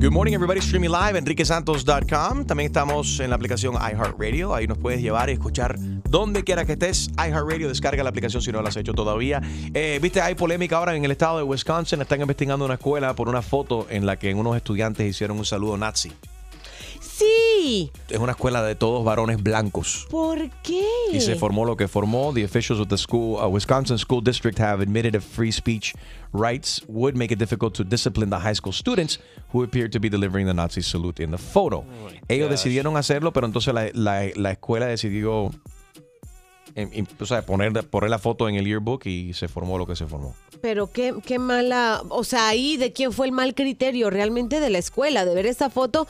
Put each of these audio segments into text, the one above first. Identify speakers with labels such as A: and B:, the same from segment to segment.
A: Good morning, everybody. Streaming live, enriquesantos.com. También estamos en la aplicación iHeartRadio. Ahí nos puedes llevar y escuchar donde quiera que estés. iHeartRadio, descarga la aplicación si no la has hecho todavía. Eh, Viste, hay polémica ahora en el estado de Wisconsin. Están investigando una escuela por una foto en la que unos estudiantes hicieron un saludo nazi.
B: Sí.
A: Es una escuela de todos varones blancos.
B: ¿Por qué?
A: Y se formó lo que formó. The officials of the school, uh, Wisconsin School District have admitted that free speech rights would make it difficult to discipline the high school students who appeared to be delivering the Nazi salute in the photo. Ellos decidieron hacerlo, pero entonces la, la- la escuela decidió em, em, o sea, poner, poner la foto en el yearbook y se formó lo que se formó.
B: Pero qué, qué mala, o sea, ahí de quién fue el mal criterio realmente de la escuela. De ver esta foto,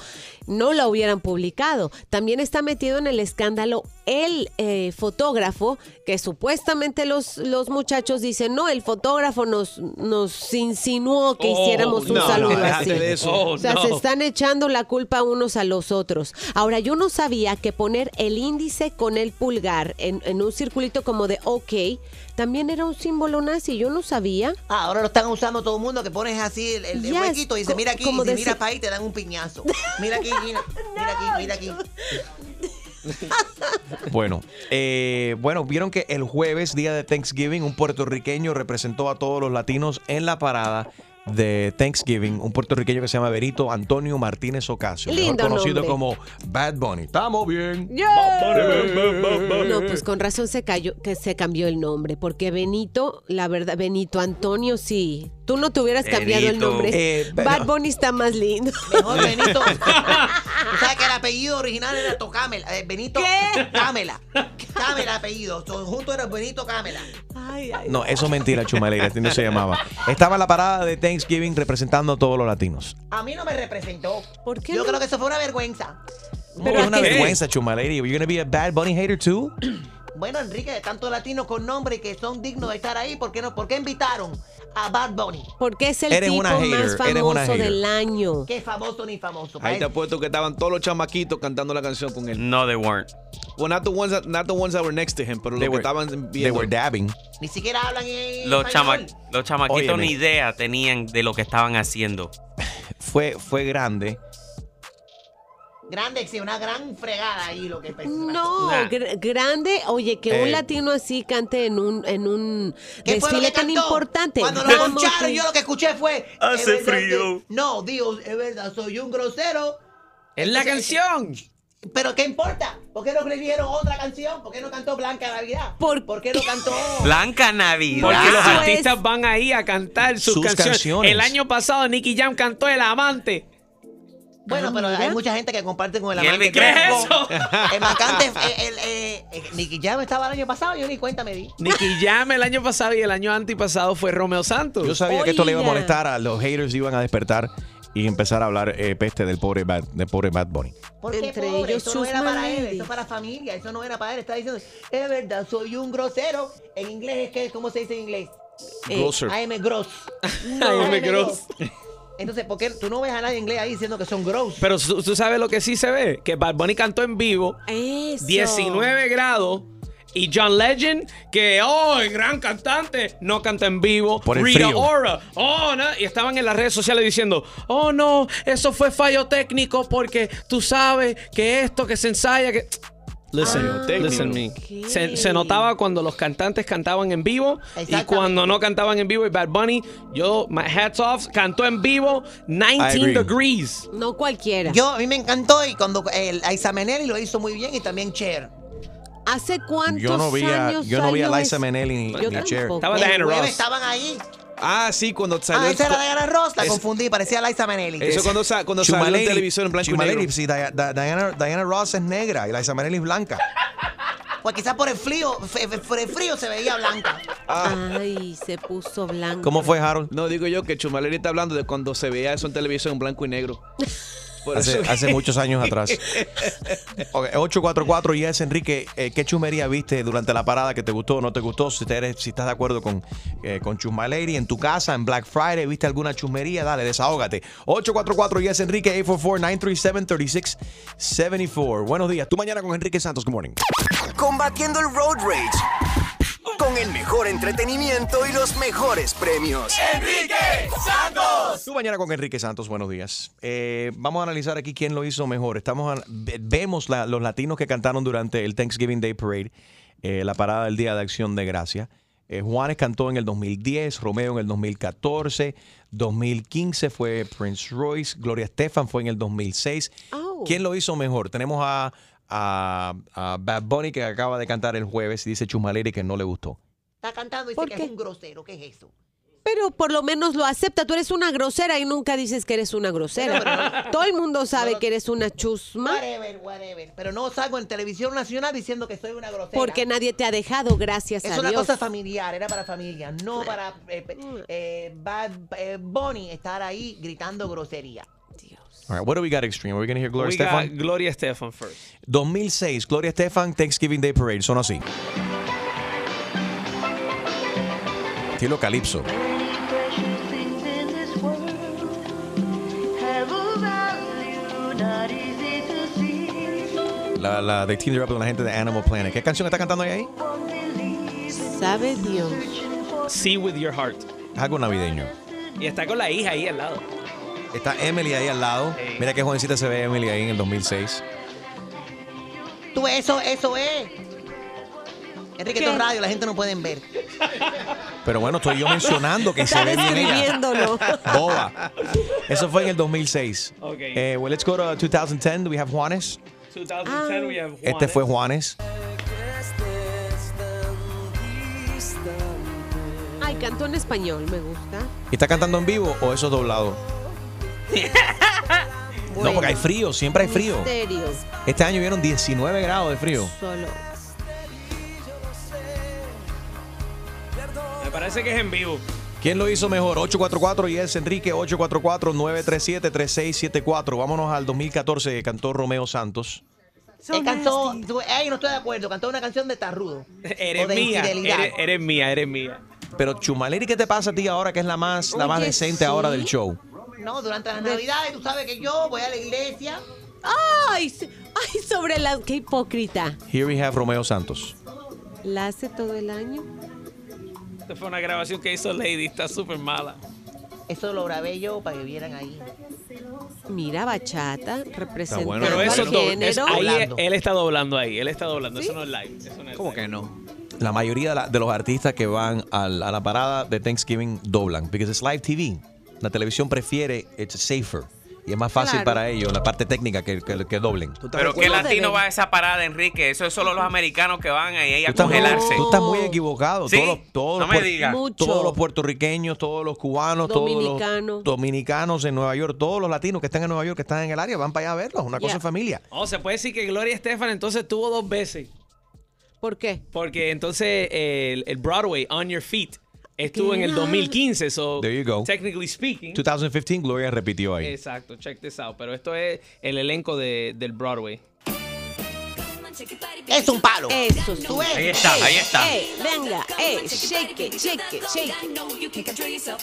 B: no la hubieran publicado. También está metido en el escándalo el eh, fotógrafo, que supuestamente los, los muchachos dicen, no, el fotógrafo nos, nos insinuó que
C: Oh,
B: hiciéramos un
C: no,
B: saludo
C: no,
B: así.
C: déjate de eso. Oh,
B: o sea, se
C: no.
B: están echando la culpa unos a los otros. Ahora, yo no sabía que poner el índice con el pulgar en, en un circulito como de OK también era un símbolo nazi. Yo no sabía.
D: Ah, ahora lo están usando todo el mundo, que pones así el, el- el
B: Yes,
D: huequito y dices,
B: co-
D: mira aquí, y
B: como
D: si
B: de-
D: miras para ahí te dan un piñazo. Mira aquí, mira, mira aquí, mira aquí.
A: Bueno, eh, bueno, vieron que el jueves, día de Thanksgiving, un puertorriqueño representó a todos los latinos en la parada de Thanksgiving, un puertorriqueño que se llama Berito Antonio Martínez Ocasio, mejor
B: Lindo
A: conocido
B: nombre.
A: como Bad Bunny. Estamos bien.
B: No, pues con razón se cayó, que se cambió el nombre, porque Benito, la verdad, Benito Antonio, sí. Tú no te hubieras cambiado el
A: Benito.
B: nombre.
A: Eh, pero-
B: Bad Bunny está más lindo.
D: Mejor Benito. Tú sabes que el apellido original era Tocámela. eh, Benito
B: ¿Qué?
D: Cámela. Cámela apellido. So, junto era Benito Cámela.
B: Ay, ay.
A: No, eso es mentira, Chumaleira, así no se llamaba. Estaba en la parada de Thanksgiving representando a todos los latinos.
D: A mí no me representó.
B: ¿Por qué
D: Yo
B: no?
D: creo que eso fue una vergüenza.
B: Pero
A: es una
B: ¿qué?
A: vergüenza, Chumaleira. You're gonna be a Bad Bunny hater too?
D: Bueno, Enrique, de tantos latinos con nombre que son dignos de estar ahí, ¿por qué, no, ¿por qué invitaron a Bad Bunny?
B: Porque Este es el
A: Eres
B: tipo
A: una
B: más
A: hater, eres una
B: famoso
A: hater.
B: del año.
D: Qué famoso ni famoso. Pues,
E: Ahí te
D: parece.
E: apuesto que estaban todos los chamaquitos cantando la canción con él.
C: No, they weren't.
E: Well, not the ones that, not the ones that were next to him, pero
A: They
E: los
A: were-
E: que estaban
A: They
E: viendo.
A: were dabbing.
D: Ni siquiera hablan en
C: Los, chama
D: español.
C: los chamaquitos
A: Óyeme.
C: ni idea tenían de lo que estaban haciendo.
A: Fue, fue grande.
D: Grande, sí, una gran fregada ahí lo que pensé.
B: No,
C: Nah.
B: gr- grande, oye, que un
A: Eh.
B: latino así cante en un, en un
D: ¿Qué fue lo
B: desfile
D: que
B: tan
D: cantó?
B: importante.
D: Cuando lo
B: Vamos,
D: poncharon,
B: sí.
D: yo lo que escuché fue.
C: Hace
D: "Es verdad
C: frío".
D: que- no, Dios, es verdad, soy un grosero.
E: ¡Es la canción!
D: Pero ¿qué importa? ¿Por qué no le dijeron otra canción? ¿Por qué no cantó Blanca Navidad?
B: ¿Por
D: qué no cantó?
C: Blanca Navidad.
F: Porque los
B: Eso es.
F: artistas van ahí a cantar sus,
A: Sus
F: canciones.
A: canciones.
F: El año pasado Nicky Jam cantó El Amante.
D: Bueno, pero hay mucha gente que comparte con el
C: ¿Y el
D: amante.
C: de qué es eso?
D: El amante, el, el, eh, eh, Nicky Jam estaba el año pasado, yo ni cuenta me di.
F: Nicky Jam el año pasado y el año antipasado fue Romeo Santos.
A: Yo sabía que esto le iba a
B: Oiga.
A: molestar a los haters, iban a despertar y empezar a hablar eh, peste del pobre, Bad, del pobre Bad Bunny.
D: Porque
B: Entre
D: pobre,
B: ellos,
D: eso no era
B: Chusma
D: para él,
B: Lady.
D: eso para familia, eso no era para él. Está diciendo, es verdad, soy un grosero. En inglés es que, ¿cómo se dice en inglés? Eh,
E: Grosser.
D: I am a gross.
F: I am a
D: I am a
F: gross.
D: gross. Entonces, ¿por qué tú no ves a nadie inglés ahí diciendo que son gross?
F: Pero tú, tú sabes lo que sí se ve, que Bad Bunny cantó en vivo
B: Eso.
F: 19 grados. Y John Legend, que, oh, el gran cantante, no canta en vivo.
A: Por el
F: Rita
A: frío.
F: Ora, oh, no. Y estaban en las redes sociales diciendo, oh, no, eso fue fallo técnico porque tú sabes que esto que se ensaya, que... Listen,
E: Ah, técnico.
F: listen me.
B: Ok.
F: Se, se notaba cuando los cantantes cantaban en vivo y
D: Exactamente.
F: cuando no cantaban en vivo. Y Bad Bunny, yo, my hats off, cantó en vivo
A: I agree.
F: 19 degrees.
B: No cualquiera.
D: Yo, a mí me encantó y cuando el Aiza Menelli lo hizo muy bien y también Cher.
B: ¿Hace cuántos
A: Yo no vi a,
B: años
A: yo no vi a
B: salió
A: Liza
B: es-
A: Minnelli ni,
B: Yo
A: ni a Cher.
B: tampoco.
F: Estaba de
D: El
F: Diana
D: jueves
F: Ross.
D: estaban ahí.
E: Ah, sí, cuando salió.
D: Ah,
E: el-
D: esa era Diana Ross, la
E: Es-
D: confundí, parecía Liza Menelli.
E: Eso cuando, sa- cuando salió en televisión en blanco y
A: Chumaleri,
E: negro.
A: sí, Di- Di- Diana, Diana Ross es negra y Liza Minnelli es blanca.
D: Pues quizás por el frío, fe- fe- por el frío se veía blanca.
B: Ay, se puso blanco.
A: Ah. ¿Cómo fue, Harold?
E: No, digo yo que Chumalera está hablando de cuando se veía eso en televisión en blanco y negro. Por
A: Hace,
E: eso-
A: hace muchos años atrás. Ok, 844 Yes, Enrique, eh, ¿qué chumería viste durante la parada que te gustó o no te gustó? Si, te eres- si estás de acuerdo con, eh, con Chusma Lady en tu casa, en Black Friday, ¿viste alguna chumería? Dale, desahógate. 844 Yes, Enrique, 844-937-3674. Buenos días. Tu mañana con Enrique Santos. Good morning.
G: Combatiendo el road rage. Con el mejor entretenimiento y los mejores premios.
A: Tu mañana con Enrique Santos, buenos días. Eh, vamos a analizar aquí quién lo hizo mejor. Estamos a- ve- vemos la- los latinos que cantaron durante el Thanksgiving Day Parade, eh, la parada del Día de Acción de Gracia. Eh, Juanes cantó en el 2010, Romeo en el 2014, 2015 fue Prince Royce, Gloria Estefan fue en el 2006.
B: Oh.
A: ¿Quién lo hizo mejor? Tenemos a, a- a Bad Bunny que acaba de cantar el jueves y dice Chumaleri que no le gustó.
D: Está cantando y
B: ¿Por
D: dice que
B: qué?
D: es un grosero. ¿Qué es eso?
B: Pero por lo menos lo acepta. Tú eres una grosera y nunca dices que eres una grosera. Todo el mundo sabe que eres una chusma
D: Whatever, whatever. Pero no salgo en televisión nacional diciendo que soy una grosera.
B: porque nadie te ha dejado, gracias
D: es
B: a
D: una
B: Dios.
D: cosa familiar, era para familia, no para eh, eh, Bad eh, Bunny estar ahí gritando grosería.
A: All right, what do we got extreme? Are we going hear Gloria
F: We got
A: Estefan?
F: Gloria Estefan first.
A: 2006, Gloria Estefan, Thanksgiving Day Parade. Son así. Estilo Calypso. La, la de Team Up con la gente de Animal Planet. ¿Qué canción está cantando ahí?
B: Sabe Dios.
F: See with your heart.
A: Es algo navideño.
F: Y está con la hija ahí al lado.
A: Está Emily ahí al lado. Mira qué jovencita se ve Emily ahí en el 2006.
D: Tú, eso, eso es. Enrique,
B: ¿Qué?
D: esto es radio, la gente no pueden ver.
A: Pero bueno, estoy yo mencionando que se
B: Está
A: ve bien ella.
B: describiéndolo.
A: Boba. Eso fue en el 2006.
F: Ok.
A: Eh, well, let's go to 2010. Do we have Juanes?
B: Ah.
F: 2010 we have Juanes.
A: Este fue Juanes.
B: Ay, cantó en español, me gusta.
A: ¿Y está cantando en vivo o eso es doblado? No, porque hay frío, siempre hay frío.
B: Misterio.
A: Este año vieron 19 grados de frío.
B: Solo.
F: Me parece que es en vivo.
A: ¿Quién lo hizo mejor? 844 y es Enrique 844-937-3674. Vámonos al 2014 que cantó Romeo Santos.
D: Él cantó, tú- ay, no estoy de acuerdo, cantó una canción de Tarrudo.
F: Eres
D: o de
F: mía.
D: infidelidad.
F: Eres, eres mía, eres mía.
A: Pero Chumaleri, ¿qué te pasa a ti ahora que es la más, la más
B: Oye,
A: decente
B: sí.
A: ahora del show?
D: No, durante las navidades tú sabes que yo voy a la iglesia.
B: Ay, se- ay, sobre la... Qué hipócrita.
A: Here we have Romeo Santos.
B: La hace todo el año.
F: Esta fue una grabación que hizo Lady. Está súper mala.
D: Eso lo grabé yo para que vieran ahí.
B: Mira, bachata, representando
E: bueno,
F: Pero
E: Pero
F: eso
B: al
F: es doble. es-
B: género.
F: ahí es-
D: Doblando.
F: él está doblando ahí. Él está doblando. Eso no es live. Eso no es
E: ¿Cómo
F: live.
E: que no?
A: La mayoría de, la- de los artistas que van al- a la parada de Thanksgiving doblan, porque es live TV. La televisión prefiere, it's safer. Y es más fácil
B: Claro.
A: para ellos, la parte técnica, que, que, que doblen.
E: ¿Tú te
C: Pero qué
E: recuerdas?
C: latino
B: deben.
C: va a esa parada, Enrique. Eso es solo los americanos que van ahí, ahí a
A: Tú estás muy-
C: congelarse.
A: Tú estás muy equivocado.
C: Sí,
A: Todos, los- todos
C: no
A: los
C: me
A: puer-
C: digas.
B: Mucho.
A: todos los puertorriqueños, todos los cubanos, todos
B: Dominicano.
A: los dominicanos en Nueva York, todos los latinos que están en Nueva York, que están en el área, van para allá a verlos. Una cosa
B: Yeah.
A: en familia.
F: Oh, se puede decir que Gloria Estefan entonces tuvo dos veces.
B: ¿Por qué?
F: Porque entonces eh, el, el Broadway, On Your Feet, estuvo en el 2015. So,
A: There you go.
F: Technically speaking.
A: 2015, Gloria repitió ahí.
F: Exacto, check this out. Pero esto es el elenco de- del Broadway.
D: Es un palo.
B: Eso sí.
D: Tú ves.
C: Ahí está, ahí está.
B: Eh, venga, eh, shake it, shake it, shake it.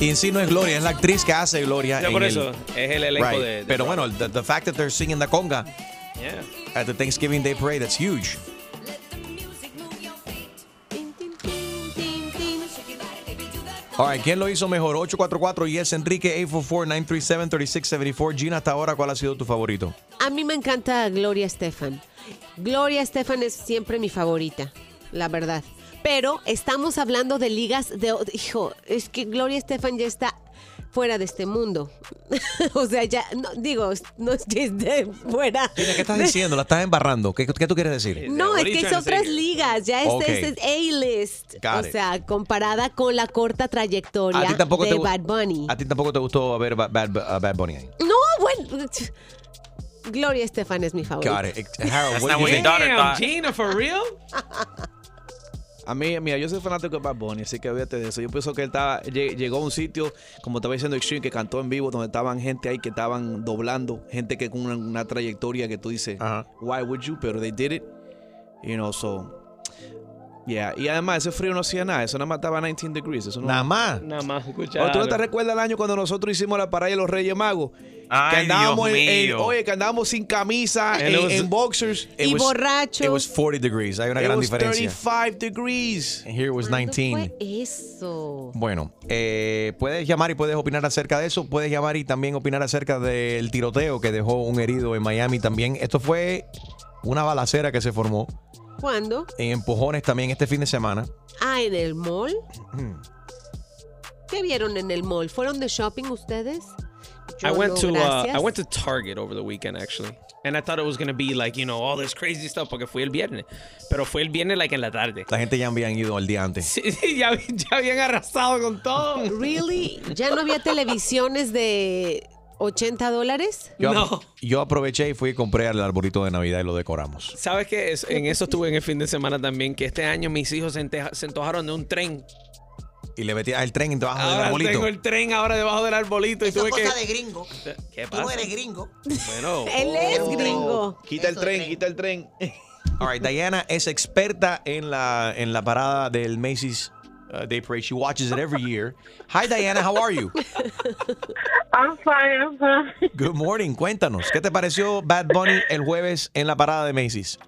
A: Y en sí no es Gloria, es la actriz que hace Gloria.
F: Ya
A: en
F: por
A: el-
F: eso es el elenco
A: Right.
F: de, de
A: Pero
F: Broadway.
A: bueno, the, the fact that they're singing the conga
F: Yeah.
A: at the Thanksgiving Day Parade, that's huge. All right, ¿quién lo hizo mejor? 844 yes Enrique 844-937-3674. Gina, hasta ahora, ¿cuál ha sido tu favorito?
B: A mí me encanta Gloria Estefan. Gloria Estefan es siempre mi favorita, la verdad. Pero estamos hablando de ligas de... Hijo, es que Gloria Estefan ya está fuera de este mundo. o sea, ya, no, digo, no es que esté fuera.
A: Gina, ¿qué estás
B: de- este
A: diciendo? La estás embarrando. ¿Qué, qué tú quieres decir?
B: No,
F: What
B: es
F: are you
B: que es
F: trying to say
B: otras
F: here?
B: ligas, ya
A: Ok.
B: este es A-list.
A: Got
B: O
A: it.
B: sea, comparada con la corta trayectoria
A: A ti tampoco
B: de
A: te gu-
B: Bad Bunny.
A: A ti tampoco te gustó ver Ba- Bad, a Bad Bunny ahí.
B: No, bueno, Gloria Estefan es mi favorita.
A: Got it. Ex- Harold,
C: That's
A: what
C: not what
A: do you
C: you
A: think?
C: thought. daughter
F: Damn, Gina, for real?
E: A mí, mira, yo soy fanático de Bad Bunny, así que olvídate de eso. Yo pienso que él estaba, lle- llegó a un sitio, como estaba diciendo Extreme, que cantó en vivo, donde estaban gente ahí que estaban doblando, gente que con una, una trayectoria que tú dices,
A: Ajá.
E: why would you? Pero they did it, you know, so. Yeah, y además ese frío no hacía nada, eso nada más estaba a 19 degrees, eso no.
A: Nada más.
F: Nada más, escucha.
E: Oh, ¿Tú no te recuerdas el año cuando nosotros hicimos la parada de los Reyes Magos? que
C: Ay,
E: andábamos
C: Dios
E: en- en-
C: mío.
E: oye, que andábamos sin camisa,
F: And
E: en,
F: it was-
E: en boxers.
B: Y borrachos.
A: It was 40 degrees. Hay una
E: It
A: gran
E: was
A: diferencia.
E: 35 degrees.
A: And here it was
B: ¿Cuándo
A: 19.
B: fue eso?
A: Bueno, eh, puedes llamar y puedes opinar acerca de eso. Puedes llamar y también opinar acerca del tiroteo que dejó un herido en Miami también. Esto fue una balacera que se formó
B: ¿Cuándo?
A: en empujones también este fin de semana.
B: Ah, en el mall.
F: Mm.
B: ¿Qué vieron en el mall? ¿Fueron de shopping ustedes?
F: I
B: Yo
F: went
B: no,
F: to uh,
B: gracias.
F: I went to Target over the weekend actually, and I thought it was gonna be like you know all this crazy stuff porque fui el viernes, pero fue el viernes like en la tarde.
A: La gente ya habían ido al día antes.
F: Sí, sí, ya, ya habían arrasado con todo.
B: Really? ¿Ya no había televisiones de 80 dólares?
A: Yo,
F: No.
A: yo aproveché y fui y compré el arbolito de Navidad y lo decoramos.
F: Sabes que en eso estuve en el fin de semana también que este año mis hijos se, enteja- se antojaron de un tren.
A: Y le metí al tren debajo del
F: Ahora
A: arbolito.
F: tengo el tren ahora debajo del arbolito y
D: Eso
F: tuve
D: es
F: que.
D: cosa de gringo.
F: ¿Qué
D: Tú no
F: pasa?
D: eres gringo.
F: Bueno, Oh.
B: Él es gringo.
E: Quita el
D: Eso es
E: tren,
D: tren.
E: quita el tren.
A: All right, Diana es experta en la, en la parada del Macy's uh, Day Parade. She watches it every year. Hi, Diana, how are you?
H: I'm fine, I'm fine.
A: Good morning. Cuéntanos, ¿qué te pareció Bad Bunny el jueves en la parada de Macy's?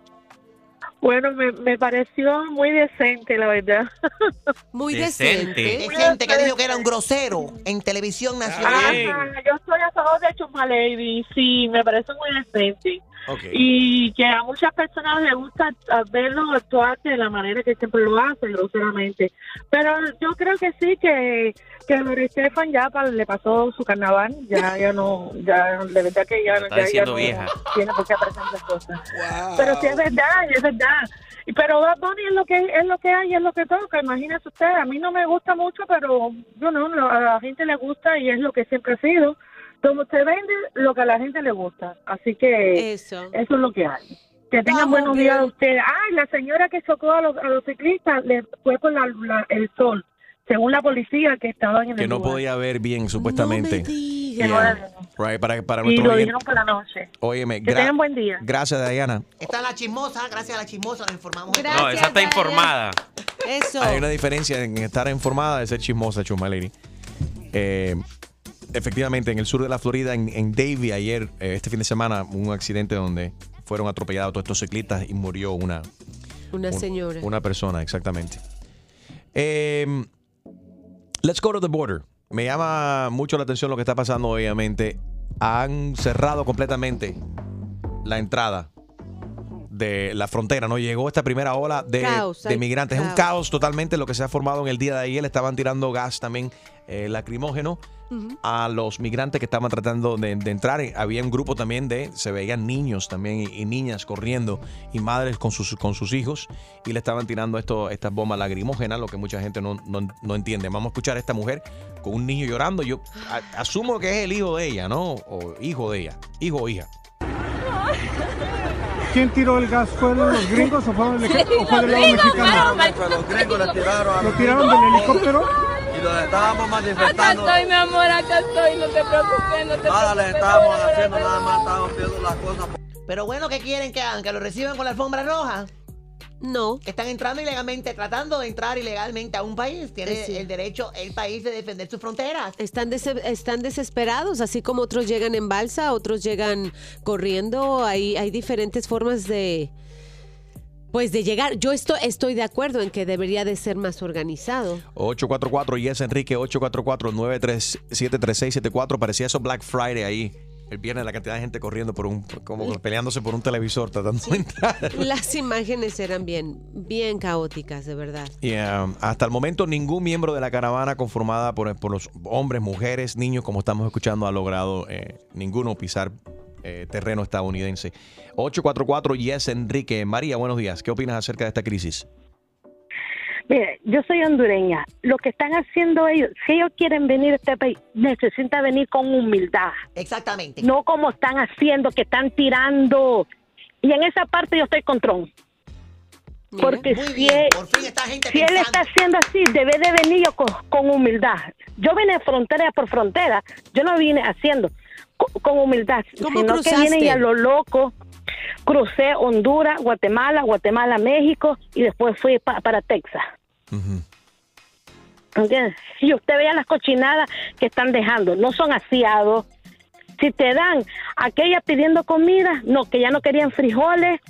H: Bueno, me, me pareció muy decente, la verdad.
B: Muy
C: Decente.
B: decente.
D: Es gente que dijo que era un grosero en televisión nacional.
F: Bien.
H: Ajá, Ah, yo estoy a favor de Chuma Lady, sí, me parece muy decente.
A: Okay.
H: Y que a muchas personas les gusta a, verlo actuar de la manera que siempre lo hace, groseramente. Pero yo creo que sí, que, que Gloria Estefan ya pa- le pasó su carnaval, ya, ya no, ya, de verdad que ya,
C: Está
H: ya- ya
C: diciendo
H: no
C: vieja.
H: tiene por qué aparecer esas cosas. Pero sí es verdad, es verdad. Y- Pero Bad Bunny es lo que es lo que hay, es lo que toca. Imagínese usted, a mí no me gusta mucho, pero yo no, no, a la gente le gusta y es lo que siempre ha sido. Como usted vende lo que a la gente le gusta, así que
B: Eso.
H: eso es lo que hay. Que tengan
A: Ah,
B: Estamos
H: buenos
B: bien.
H: días a ustedes. Ay, la señora que chocó a los, a los ciclistas le fue con la- la- el sol, según la policía que estaban en
A: Que
H: el
A: no
H: lugar.
A: podía ver bien, supuestamente.
B: No me digas.
H: Que no
A: Yeah.
H: era-
A: Right, para, para
H: y
A: nuestro
H: lo
A: oyente.
H: dijeron por la noche.
A: Óyeme,
H: Que
A: gra-
H: tengan buen día.
A: gracias, Diana.
D: Está la chismosa, gracias a la chismosa nos informamos.
B: Gracias.
C: No, esa está
B: Diana.
C: informada.
B: Eso.
A: Hay una diferencia en estar informada de ser chismosa, Chumalady. Eh, efectivamente, en el sur de la Florida, en, en Davie, ayer, eh, este fin de semana, hubo un accidente donde fueron atropellados todos estos ciclistas y murió una,
B: Una
A: un-
B: señora.
A: Una persona, exactamente. Eh, let's go to the border. Me llama mucho la atención lo que está pasando, obviamente. Han cerrado completamente la entrada de la frontera, ¿no? Llegó esta primera ola de,
B: Caos,
A: de
B: hay
A: migrantes. Es un
B: caos.
A: caos totalmente lo que se ha formado en el día de ayer. Le estaban tirando gas también eh, lacrimógeno a los migrantes que estaban tratando de, de entrar. Había un grupo también de, se veían niños también y, y niñas corriendo y madres con sus, con sus hijos y le estaban tirando esto, estas bombas lacrimógenas, lo que mucha gente no, no- no entiende. Vamos a escuchar a esta mujer con un niño llorando. Yo a- asumo que es el hijo de ella, ¿no? O hijo de ella, hijo o hija.
I: ¿Quién tiró el gas? ¿Fueron los gringos o fueron el o fue del lado mexicano?
J: los gringos le tiraron a
I: ¿Lo tiraron del helicóptero?
J: y los estábamos manifestando.
H: mi amor, acá estoy, no te
J: Ah,
H: preocupes, no te
J: Nada les estábamos haciendo, nada más estábamos pidiendo las cosas.
D: Pero bueno, ¿qué quieren que hagan? ¿Que lo reciban con la alfombra roja?
B: No.
D: Están entrando ilegalmente, tratando de entrar ilegalmente a un país. Tiene
B: Sí.
D: el derecho el país de defender sus fronteras.
B: Están, dese- están desesperados, así como otros llegan en balsa, otros llegan corriendo. Hay, hay diferentes formas de. Pues de llegar. Yo esto, estoy de acuerdo en que debería de ser más organizado.
A: 844 y es Enrique 844-937-3674. Parecía eso Black Friday ahí. El viernes la cantidad de gente corriendo por un, como peleándose por un televisor, tratando de entrar.
B: Las imágenes eran bien, bien caóticas, de verdad.
A: Yeah, um, Hasta el momento ningún miembro de la caravana conformada por, por los hombres, mujeres, niños, como estamos escuchando, ha logrado eh, ninguno pisar eh, terreno estadounidense. 844 Yes Enrique. María, buenos días. ¿Qué opinas acerca de esta crisis?
H: Mire, yo soy hondureña. Lo que están haciendo ellos, si ellos quieren venir a este país, necesita venir con humildad.
D: Exactamente.
H: No como están haciendo, que están tirando. Y en esa parte yo estoy con Trump. Porque
D: Muy
H: si,
D: bien,
H: él,
D: por fin esta gente
H: si él
D: pensando.
H: está haciendo así, debe de venir yo con, con humildad. Yo vine frontera por frontera, yo no vine haciendo co- con, humildad,
B: ¿Cómo
H: sino
B: cruzaste?
H: que vienen y a lo loco. Crucé Honduras, Guatemala, Guatemala, México y después fui pa- para Texas. ¿Entiendes? Si usted vea las cochinadas que están dejando, no son aseados. Si te dan aquella pidiendo comida, no, que ya no querían frijoles,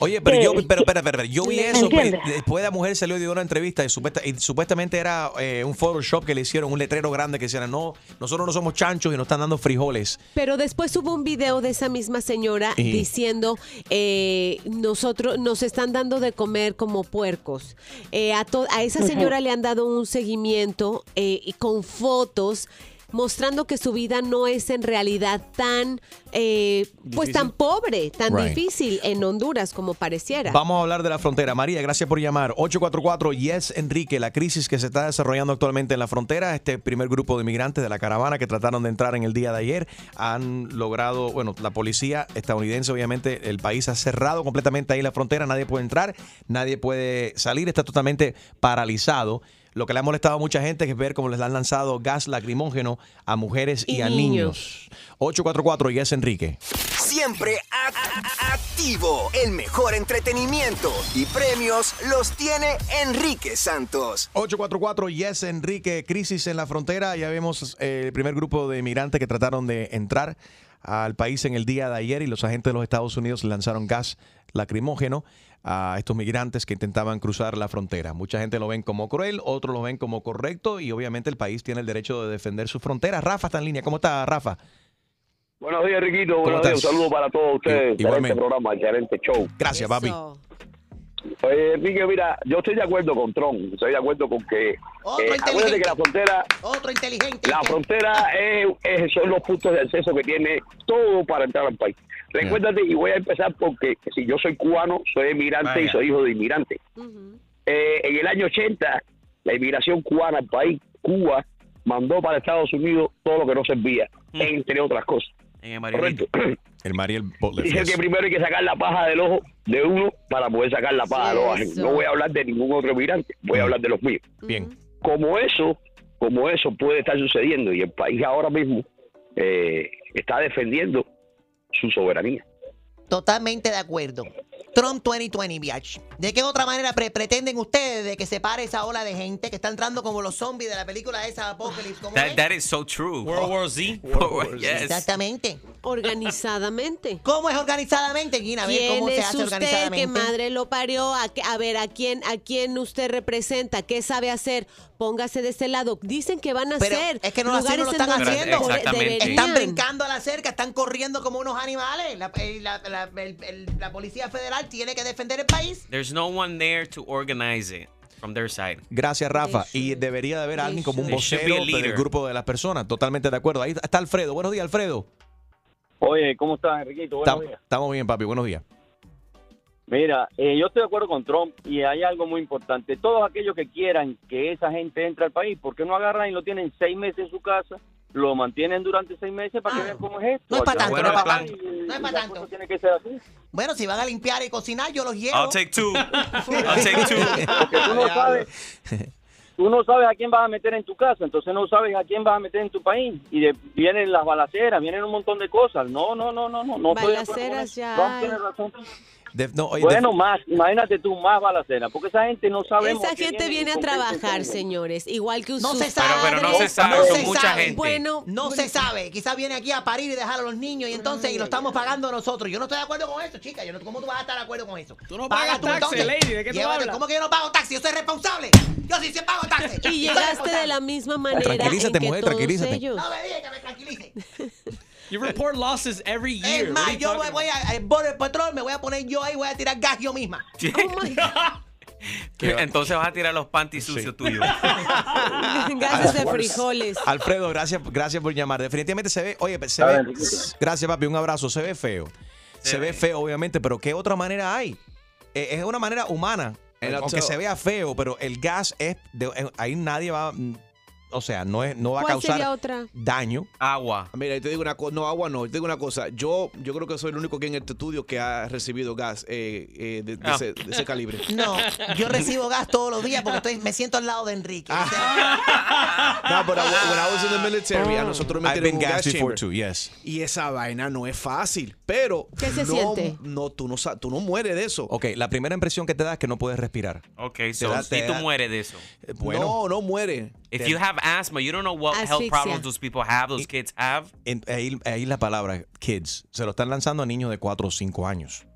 A: Oye, pero yo,
H: Eh,
A: pero, espera, espera, espera, yo vi
H: ¿me
A: eso. pero
H: entiendes?
A: después la mujer salió y dio una entrevista y, supuesta- y supuestamente era eh, un Photoshop que le hicieron, un letrero grande que decía, no, nosotros no somos chanchos y nos están dando frijoles.
B: Pero después hubo un video de esa misma señora
A: Sí.
B: diciendo eh, nosotros nos están dando de comer como puercos. Eh, a, to- a esa
H: Ujú.
B: señora le han dado un seguimiento eh, y con fotos mostrando que su vida no es en realidad tan eh, pues
A: Difícil.
B: tan pobre, tan
A: Right.
B: difícil en Honduras como pareciera.
A: Vamos a hablar de la frontera. María, gracias por llamar. 844 Yes Enrique, la crisis que se está desarrollando actualmente en la frontera. Este primer grupo de inmigrantes de la caravana que trataron de entrar en el día de ayer han logrado, bueno, la policía estadounidense, obviamente, el país ha cerrado completamente ahí la frontera. Nadie puede entrar, nadie puede salir, está totalmente paralizado. Lo que le ha molestado a mucha gente es ver cómo les han lanzado gas lacrimógeno a mujeres y,
G: Y
A: a niños. 844 Yes Enrique.
G: Siempre act- activo. El mejor entretenimiento y premios los tiene Enrique Santos.
A: 844 Yes Enrique, crisis en la frontera. Ya vemos eh, el primer grupo de inmigrantes que trataron de entrar al país en el día de ayer y los agentes de los Estados Unidos lanzaron gas lacrimógeno a estos migrantes que intentaban cruzar la frontera. Mucha gente lo ven como cruel, otros lo ven como correcto y obviamente el país tiene el derecho de defender sus fronteras. Rafa está en línea. ¿Cómo está Rafa?
J: Buenos días, Riquito.
A: ¿Cómo
J: Buenos días. Un
A: estás?
J: saludo para todos ustedes.
A: Igualmente.
J: Excelente programa, excelente show.
A: Gracias, papi.
J: Oye, Enrique, mira, yo estoy de acuerdo con Trump. Estoy de acuerdo con que. eh,
D: Oh,
J: acuérdate que la frontera.
D: Otro inteligente.
J: La frontera es, es- son los puntos de acceso que tiene todo para entrar al país. Recuérdate, y voy a empezar porque si yo soy cubano, soy inmigrante y
K: Vaya.
J: soy hijo de inmigrante. Eh, en el año 80, la inmigración cubana al país, Cuba, mandó para Estados Unidos todo lo que no servía, entre otras cosas. Correcto.
A: El Mariel Butler.
J: Dice que primero hay que sacar la paja del ojo de uno para poder sacar la paja de los ajenos. No voy a hablar de ningún otro migrante, voy a hablar de los míos.
A: Bien.
J: Como eso, como eso puede estar sucediendo y el país ahora mismo eh, está defendiendo su soberanía.
D: Totalmente de acuerdo. Trump 2020, biatch. ¿De qué otra manera pre- pretenden ustedes de que se pare esa ola de gente que está entrando como los zombies de la película esa Apocalypse? ¿Cómo
C: That,
D: es?
C: that is so true. World War Z. Yes.
D: Exactamente.
B: Organizadamente.
D: ¿Cómo es organizadamente, Gina? A ver,
B: ¿Quién
D: ¿cómo se
B: es
D: hace
B: usted?
D: organizadamente?
B: ¿Qué madre lo parió? ¿A, qué- a ver, ¿a quién, ¿a quién usted representa? ¿Qué sabe hacer? Póngase de este lado. Dicen que van a
D: Pero
B: hacer.
D: es que no, así no lo
B: lugares en
D: están
B: donde-
D: haciendo.
B: por- deberían.
D: Están brincando a la cerca, están corriendo como unos animales. La, eh, la- la- el- el- la Policía Federal tiene que defender el país.
C: There's no one there to organize it from their side.
A: Gracias, Rafa. Y debería de haber alguien como un
C: There should be a
A: vocero del
C: leader.
A: grupo de las personas. Totalmente de acuerdo. Ahí está Alfredo. Buenos días, Alfredo.
L: Oye, ¿cómo estás, Enriquito? Buenos
A: Tam-
L: días.
A: Estamos bien, papi. Buenos días.
L: Mira, eh, yo estoy de acuerdo con Trump y hay algo muy importante. Todos aquellos que quieran que esa gente entre al país, ¿por qué no agarran y lo tienen seis meses en su casa? Lo mantienen durante seis meses para que vean cómo es Pues esto. Ah. No es para tanto,
D: no es
L: para
D: No es para tanto.
L: Bueno,
D: Si van a limpiar y cocinar, yo los llevo.
C: I'll take two. I'll take two.
L: Porque tú no sabes, tú no sabes a quién vas a meter en tu casa, entonces no sabes a quién vas a meter en tu país. Y de- vienen las balaceras, vienen un montón de cosas. No, no, no, no, no. no estoy de acuerdo con
B: Balaceras
L: eso.
B: ya
L: Trump
B: hay.
L: tiene razón.
A: De- no, oye,
L: bueno,
A: de-
L: más, imagínate tú, más balaceras, porque esa gente no sabemos.
B: Esa
L: qué
B: gente viene a
L: con qué
B: trabajar,
L: intención.
B: señores. Igual que usted.
D: No se sabe.
L: Pero- pero no se sabe, son mucha gente.
B: Bueno,
D: no se sabe. Quizás viene aquí a parir y dejar a los niños y entonces y lo estamos pagando nosotros. Yo no estoy de acuerdo con eso, chica. Yo no, ¿Cómo tú vas a estar de acuerdo con eso? Tú
F: no pagas taxi, lady, ¿de qué tú hablas?
D: ¿Cómo que yo no pago taxi? Yo soy responsable. Yo sí, sí pago taxi.
B: Y llegaste de la misma manera.
A: Tranquilízate,
B: en que
A: mujer,
B: todos
A: tranquilízate.
B: ellos-
F: You report losses every year.
D: Es
F: What are
D: más,
F: you
D: yo
F: talking
D: me voy a, eh, al Border Patrol, me voy a poner yo ahí, voy a tirar gas yo misma.
B: Oh
C: Entonces vas a tirar los panties sucios tuyos.
B: Gases de frijoles.
A: Alfredo, gracias, gracias por llamar. Definitivamente se ve, oye, se
B: Está
A: ve.
B: bien, Riquito.
A: Gracias, papi. Un abrazo. Se ve feo. Se, ve feo, obviamente, pero ¿qué otra E, manera hay? Eh, es una manera humana.
E: And I'll
A: aunque
E: tell-
A: se vea feo, pero el gas es. de- eh, ahí nadie va. mm, O sea, no, es, no va a
B: ¿Cuál
A: causar
B: sería otra?
A: daño.
C: Agua.
E: Ah, Mira, y te digo una cosa, no, agua no, te digo una cosa, yo, yo creo que soy el único que en este estudio que ha recibido gas eh, eh, de, de
D: Ah.
E: ese, de ese calibre.
D: No, yo recibo gas todos los días porque estoy, me siento al lado de Enrique.
F: Ah.
E: No, but I, when I was in the military, a nosotros me
A: I've
E: metieron en
A: been
E: un gas
A: gassed before
E: chamber.
A: too, yes.
E: Y esa vaina no es fácil, pero
B: ¿Qué se
E: no,
B: siente?
E: No, tú no, sa- tú no mueres de eso.
A: Ok, la primera impresión que te da es que no puedes respirar.
C: Ok,
A: Te da-
C: so si
A: te
C: tú
A: da-
C: mueres de eso.
E: No, no muere.
C: If you have asthma, you don't know what health
A: Asfixia.
C: problems those people have, those kids have.
A: En- ahí, ahí la palabra kids. Se lo están lanzando a niños de 4 o 5 años.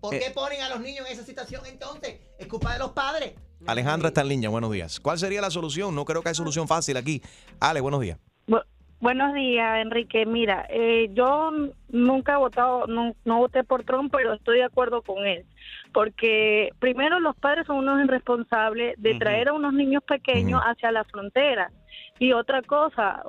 D: ¿Por qué ponen a los niños en esa situación entonces? Es culpa de los padres.
A: Alejandra está en línea, buenos días. ¿Cuál sería la solución? No creo que hay solución fácil aquí. Ale, buenos días.
H: Bu- Buenos días, Enrique. Mira, eh, yo n- nunca he votado, no, no voté por Trump, pero estoy de acuerdo con él. Porque primero los padres son unos irresponsables de traer a unos niños pequeños hacia la frontera. Y otra cosa,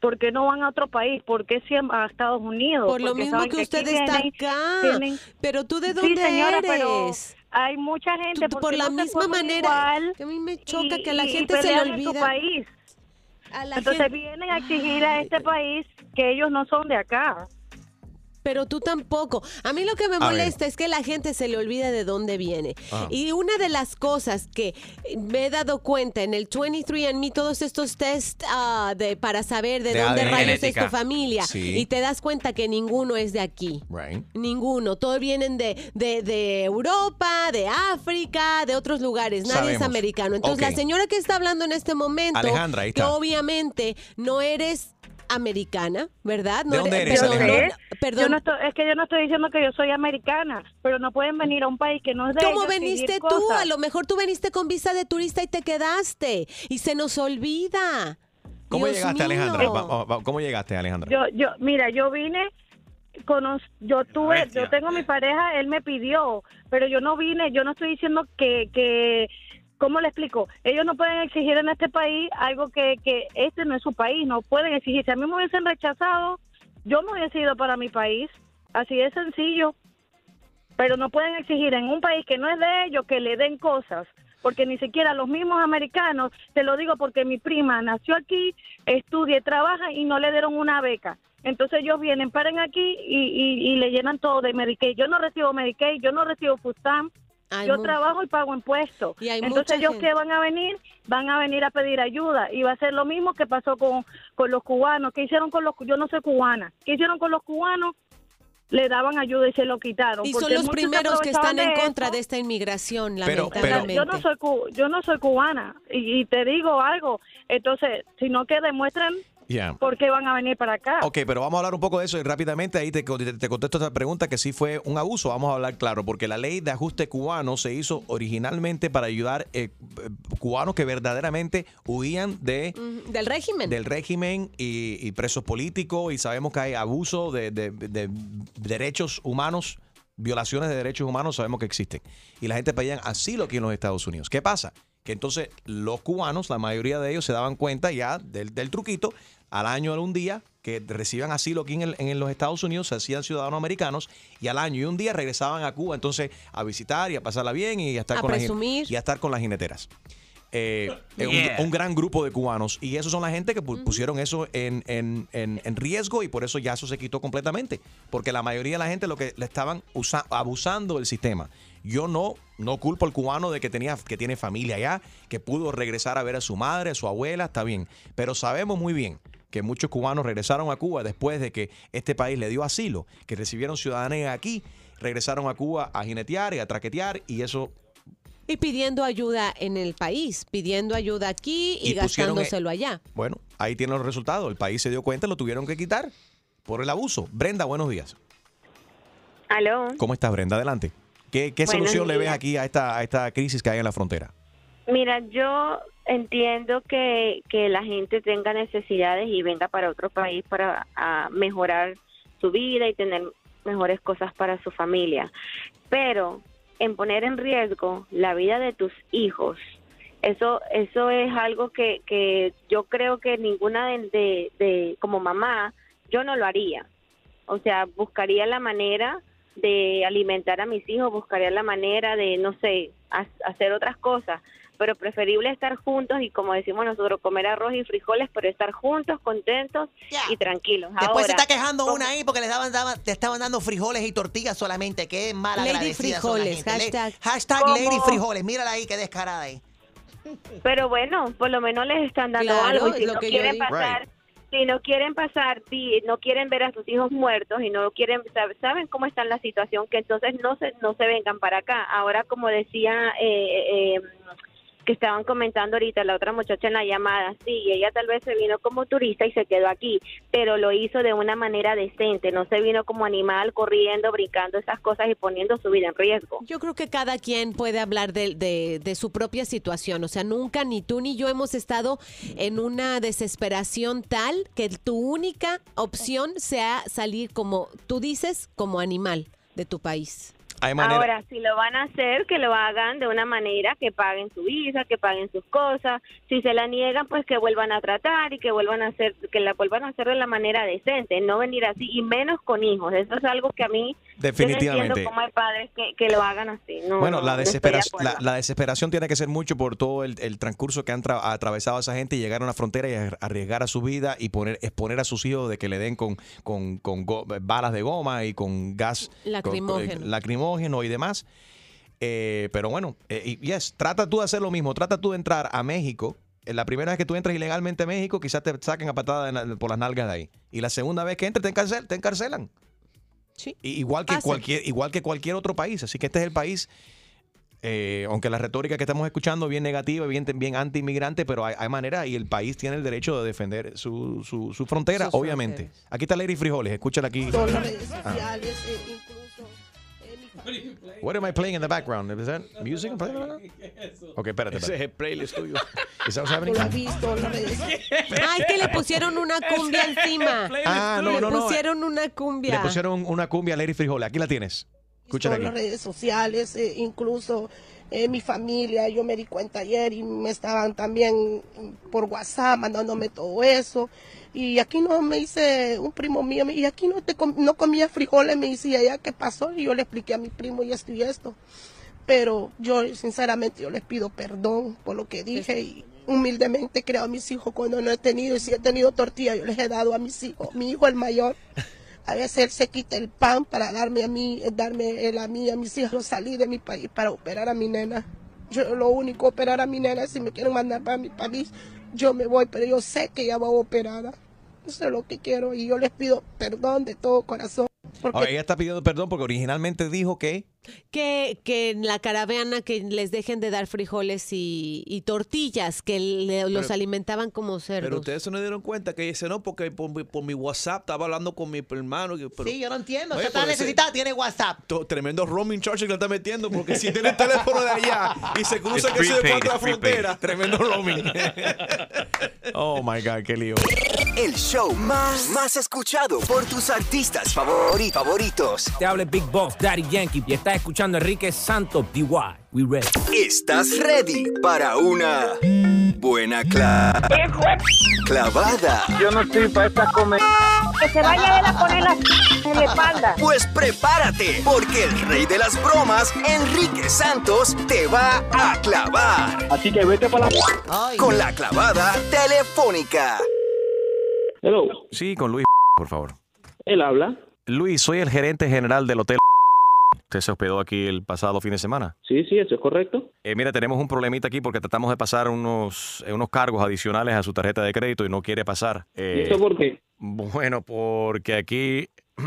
H: ¿por qué no van a otro país? ¿Por qué siem- a Estados Unidos?
B: Por lo
H: Porque
B: mismo
H: saben
B: que
H: aquí
B: usted está
H: tienen-
B: acá.
H: tienen-
B: Pero tú de
H: Sí,
B: dónde
H: señora, pero
B: eres?
H: hay mucha gente
B: Tú- tú
H: ¿por
B: por
H: qué
B: la
H: no se
B: misma
H: forman
B: manera.
H: igual
B: que a mí me choca
H: y-
B: que a la
H: y- y
B: gente se le
H: pelean en su
B: olvida.
H: país?
B: A la
H: Entonces
B: gente- Ah.
H: vienen a exigir a este país que ellos no son de acá.
B: Pero tú tampoco. A mí lo que me
H: A
B: molesta es que la gente se le olvida de dónde viene.
H: Ah.
B: Y una de las cosas que me he dado cuenta en el 23andMe, todos estos test ah, de, para saber de,
A: De
B: dónde
A: ADN.
B: rayos es tu
A: Genética.
B: familia,
A: Sí.
B: y te das cuenta que ninguno es de aquí.
A: Right.
B: Ninguno, todos vienen de, de, de Europa, de África, de otros lugares, nadie es
A: Sabemos.
B: americano. Entonces
A: Ok.
B: la señora que está hablando en este momento,
A: Alejandra, ahí
B: que
A: está.
B: obviamente no eres americana, ¿verdad? No
A: ¿De dónde eres,
B: perdón,
A: Alejandra?
B: no- perdón.
H: Yo no estoy- es que yo no estoy diciendo que yo soy americana, pero no pueden venir a un país que no es de
B: ¿Cómo
H: ellos y exigir
B: veniste tú?
H: cosas.
B: A lo mejor tú veniste con visa de turista y te quedaste y se nos olvida.
A: ¿Cómo
B: Dios
A: llegaste,
B: mío.
A: Alejandra? Va- va- ¿Cómo llegaste, Alejandra?
H: Yo, yo, mira, yo vine, conoz- yo tuve, yo tengo mi pareja, él me pidió, pero yo no vine, yo no estoy diciendo que, que ¿cómo le explico? Ellos no pueden exigir en este país algo que, que este no es su país, no pueden exigir. Si a mí me hubiesen rechazado, yo me hubiese ido para mi país, así de sencillo. Pero no pueden exigir en un país que no es de ellos que le den cosas. Porque ni siquiera los mismos americanos, te lo digo porque mi prima nació aquí, estudia, trabaja y no le dieron una beca. Entonces ellos vienen, paran aquí y, y- y le llenan todo de Medicaid. Yo no recibo Medicaid, yo no recibo food stamp,
B: Hay
H: yo
B: mu-
H: trabajo y pago impuestos.
B: Y hay mucha
H: Entonces ellos
B: gente.
H: que van a venir, van a venir a pedir ayuda. Y va a ser lo mismo que pasó con, con los cubanos. ¿Qué hicieron con los cu- Yo no soy cubana. ¿Qué hicieron con los cubanos? Le daban ayuda y se lo quitaron.
B: Y son
H: porque
B: los
H: muchos se
B: primeros que están en
H: aprovechaban de
B: contra
H: eso.
B: de esta inmigración,
A: Pero- pero-
B: lamentablemente.
H: Yo no soy cu- yo no soy cubana y, y te digo algo, entonces sino que demuestren
A: Yeah.
H: por qué van a venir para acá.
A: Ok, pero vamos a hablar un poco de eso y rápidamente ahí te, co- te- te contesto esta pregunta que sí fue un abuso. Vamos a hablar claro, porque la ley de ajuste cubano se hizo originalmente para ayudar eh, eh, cubanos que verdaderamente huían de...
B: Mm, Del régimen.
A: del régimen y, y presos políticos y sabemos que hay abuso de, de- de derechos humanos, violaciones de derechos humanos, sabemos que existen. Y la gente pedía asilo aquí en los Estados Unidos. ¿Qué pasa? Que entonces los cubanos, la mayoría de ellos, se daban cuenta ya del, del truquito al año o un día que reciban asilo aquí en, el- en los Estados Unidos, se hacían ciudadanos americanos y al año y un día regresaban a Cuba entonces a visitar y a pasarla bien y a estar,
B: A
A: con, las,
B: presumir.
A: y a estar con las jineteras eh, eh, un-
C: Yeah.
A: un, gran grupo de cubanos. Y esos son la gente que pu- pusieron eso en, en- en- en riesgo y por eso ya eso se quitó completamente. Porque la mayoría de la gente lo que le estaban usa- abusando del sistema. Yo no, no culpo al cubano de que tenía, que tiene familia allá, que pudo regresar a ver a su madre, a su abuela, está bien. Pero sabemos muy bien que muchos cubanos regresaron a Cuba después de que este país le dio asilo, que recibieron ciudadanía aquí, regresaron a Cuba a jinetear y a traquetear y eso
B: Y pidiendo ayuda en el país, pidiendo ayuda aquí y,
A: Y pusieron, eh,
B: gastándoselo allá.
A: Bueno, ahí tienen los resultados. El país se dio cuenta, lo tuvieron que quitar por el abuso. Brenda, buenos días.
M: Aló.
A: ¿Cómo estás, Brenda? Adelante. ¿Qué, qué
M: Buenos
A: solución le ves
M: días.
A: aquí a esta, a esta crisis que hay en la frontera?
M: Mira, yo entiendo que, que la gente tenga necesidades y venga para otro país para a mejorar su vida y tener mejores cosas para su familia. Pero en poner en riesgo la vida de tus hijos, eso, eso es algo que, que yo creo que ninguna de, de- de- como mamá, yo no lo haría. O sea, buscaría la manera de alimentar a mis hijos, buscaría la manera de, no sé, ha- hacer otras cosas, pero preferible estar juntos y como decimos nosotros, comer arroz y frijoles, pero estar juntos, contentos y tranquilos.
D: Después se
M: Ahora,
D: está quejando
M: ¿cómo-
D: una ahí porque le daban, daban- te estaban dando frijoles y tortillas solamente. Qué mala
M: Lady frijoles,
D: Hashtag,
M: hashtag.
D: hashtag
M: ¿Cómo?
D: Lady Frijoles. Mírala ahí, qué descarada ahí.
M: Pero bueno, por lo menos les están dando
D: Claro,
M: algo. Y si
D: es lo
M: no
D: que yo
M: quieren
D: digo.
M: pasar, si no quieren pasar, si no quieren ver a sus hijos muertos y no quieren, sab- saben cómo está la situación, que entonces no se, no se vengan para acá. Ahora, como decía eh, eh, que estaban comentando ahorita la otra muchacha en la llamada, sí, ella tal vez se vino como turista y se quedó aquí, pero lo hizo de una manera decente, no se vino como animal corriendo, brincando esas cosas y poniendo su vida en riesgo.
B: Yo creo que cada quien puede hablar de, de- de su propia situación. O sea, nunca ni tú ni yo hemos estado en una desesperación tal que tu única opción sea salir como tú dices, como animal de tu país.
A: Hay manera.
M: Ahora, si lo van a hacer, que lo hagan de una manera que paguen su visa, que paguen sus cosas. Si se la niegan, pues que vuelvan a tratar y que vuelvan a hacer, que la vuelvan a hacer de la manera decente, no venir así y menos con hijos. Eso es algo que a mí Yo no
A: Definitivamente.
M: entiendo cómo hay padres que, que lo hagan así. No,
A: bueno,
M: no,
A: la,
M: no estoy de
A: desesperación,
M: acuerdo.
A: la, la desesperación tiene que ser mucho por todo el, el transcurso que han tra- atravesado esa gente y llegar a una frontera y ar- arriesgar a su vida y poner exponer a sus hijos de que le den con, con, con go- balas de goma y con gas con- con-
B: Lacrimógeno.
A: lacrimógeno y demás. Eh, pero bueno, eh, y- yes, trata tú de hacer lo mismo, trata tú de entrar a México. Eh, La primera vez que tú entras ilegalmente a México, quizás te saquen a patada en la- por las nalgas de ahí. Y la segunda vez que entres, te, encarcel- te encarcelan. I- Igual que,
E: Pasa.
A: cualquier, igual que cualquier otro país. Así que este es el país, eh, aunque la retórica que estamos escuchando es bien negativa, bien, bien anti-inmigrante, pero hay, hay manera y el país tiene el derecho de defender su, su- su frontera,
B: Sus
A: obviamente. Aquí está Lady Frijoles, escúchala aquí. Ah. What am I playing in the background? Is that music? I'm playing in the background? Ok, espérate.
E: Ese es
A: espérate.
E: el playlist tuyo.
A: Is that what's happening?
B: Ay, Ah, que le pusieron una cumbia encima.
A: Ah, no, no,
B: Le
A: no.
B: pusieron una cumbia.
A: Le pusieron una cumbia a Lady Frijoles. Aquí la tienes. Escúchala
N: todas
A: aquí.
N: las redes sociales, eh, incluso eh, mi familia, yo me di cuenta ayer y me estaban también por WhatsApp mandándome todo eso. Y aquí no me dice un primo mío, me- y aquí no te com- no comía frijoles, me dice, ¿y allá qué pasó? Y yo le expliqué a mi primo y esto y esto. Pero yo sinceramente yo les pido perdón por lo que dije y humildemente he creado a mis hijos cuando no he tenido, y si he tenido tortilla, yo les he dado a mis hijos, mi hijo el mayor. A veces él se quita el pan para darme a mí, eh, darme él a mí, a mis hijos. Yo salí de mi país para operar a mi nena. Yo lo único, operar a mi nena. Si me quieren mandar para mi país, yo me voy, pero yo sé que ella va operada. Eso es lo que quiero y yo les pido perdón de todo corazón. Porque
A: Ahora, ella está pidiendo perdón porque originalmente dijo que
B: Que, que en la caravana que les dejen de dar frijoles y, y tortillas, que le- los
E: Pero-
B: alimentaban como
E: Pero
B: cerdos.
E: ustedes no se dieron cuenta que dice, no, porque por, mi- por mi WhatsApp estaba hablando con mi hermano. que- pero-
D: sí, yo no entiendo.
E: Oye,
D: Esta está
E: pero ese-
D: necesitada, tiene WhatsApp.
E: to- Tremendo roaming charge que le está metiendo porque si tiene el teléfono de allá y se cruza
A: It's
E: que se de
A: prepaid,
E: cuatro la
A: it's prepaid.
E: frontera, tremendo roaming.
A: Oh my God, qué lío.
G: El show más, más escuchado por tus artistas favori- favoritos.
O: Te habla el Big Boss, Daddy Yankee, y estás escuchando a Enrique Santos, DY. We ready.
G: ¿Estás ready para una buena cla- clavada? Yo no estoy para esta comer.
H: Que se vaya él a poner la en la espalda.
G: Pues prepárate, porque el rey de las bromas, Enrique Santos, te va a clavar. Así que vete para la... Con la clavada telefónica.
A: Hello. Sí, con Luis, por favor.
P: Él habla.
A: Luis, soy el gerente general del hotel. Usted se hospedó aquí el pasado fin de semana.
P: Sí, sí, eso es correcto.
A: Eh, mira, tenemos un problemita aquí porque tratamos de pasar unos, eh, unos cargos adicionales a su tarjeta de crédito y no quiere pasar.
P: ¿Y
A: Eh,
P: eso por qué?
A: Bueno, porque aquí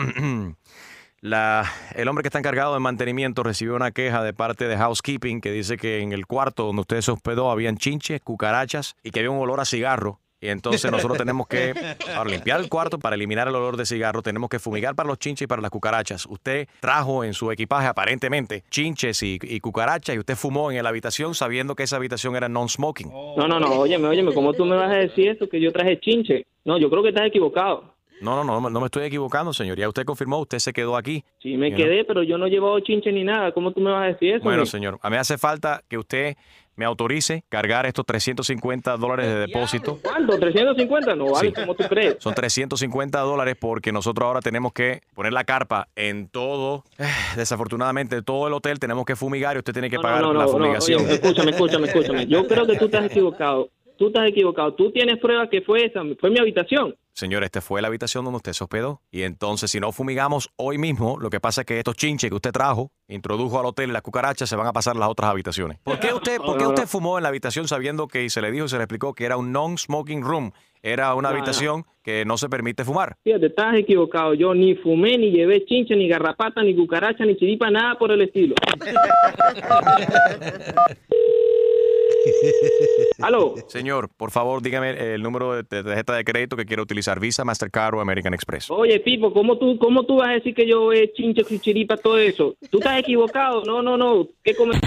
A: la, el hombre que está encargado de mantenimiento recibió una queja de parte de Housekeeping que dice que en el cuarto donde usted se hospedó habían chinches, cucarachas y que había un olor a cigarro. Y entonces nosotros tenemos que, para limpiar el cuarto, para eliminar el olor de cigarro, tenemos que fumigar para los chinches y para las cucarachas. Usted trajo en su equipaje, aparentemente, chinches y, y cucarachas y usted fumó en la habitación sabiendo que esa habitación era non-smoking.
P: Oh. No, no, no, óyeme, óyeme, ¿cómo tú me vas a decir eso? Que yo traje chinche. No, yo creo que estás equivocado.
A: No, no, no, no, no me estoy equivocando, señor. Ya usted confirmó, usted se quedó aquí.
P: Sí, me
A: You know.
P: quedé, pero yo no he llevado chinche ni nada. ¿Cómo tú me vas a decir eso?
A: Bueno,
P: men?
A: señor, a mí hace falta que usted me autorice cargar estos 350 dólares de depósito.
P: ¿Cuánto? ¿350? No vale,
A: Sí.
P: ¿cómo tú crees?
A: Son 350 dólares porque nosotros ahora tenemos que poner la carpa en todo. Eh, Desafortunadamente, todo el hotel tenemos que fumigar y usted tiene que pagar
P: no, no,
A: la
P: no,
A: fumigación.
P: oye, escúchame, escúchame, escúchame. Yo creo que tú estás equivocado. Tú estás equivocado. Tú tienes pruebas que fue esa, fue mi habitación.
A: Señor, esta fue la habitación donde usted se hospedó. Y entonces, si no fumigamos hoy mismo, lo que pasa es que estos chinches que usted trajo, introdujo al hotel las cucarachas, se van a pasar a las otras habitaciones. ¿Por qué usted, por qué usted fumó en la habitación sabiendo que y se le dijo y se le explicó que era un non-smoking room? Era una
P: No, no.
A: habitación que no se permite fumar.
P: Fíjate, estás equivocado. Yo ni fumé, ni llevé chinche, ni garrapata, ni cucaracha, ni chiripa, nada por el estilo. ¿Aló?
A: Señor, por favor, dígame el número de de tarjeta de crédito que quiere utilizar, Visa, Mastercard o American Express.
P: Oye, Pipo, ¿cómo tú, ¿cómo tú vas a decir que yo eh, chinche, chiripa, todo eso? Tú estás equivocado. No, no, no. ¿Qué comes?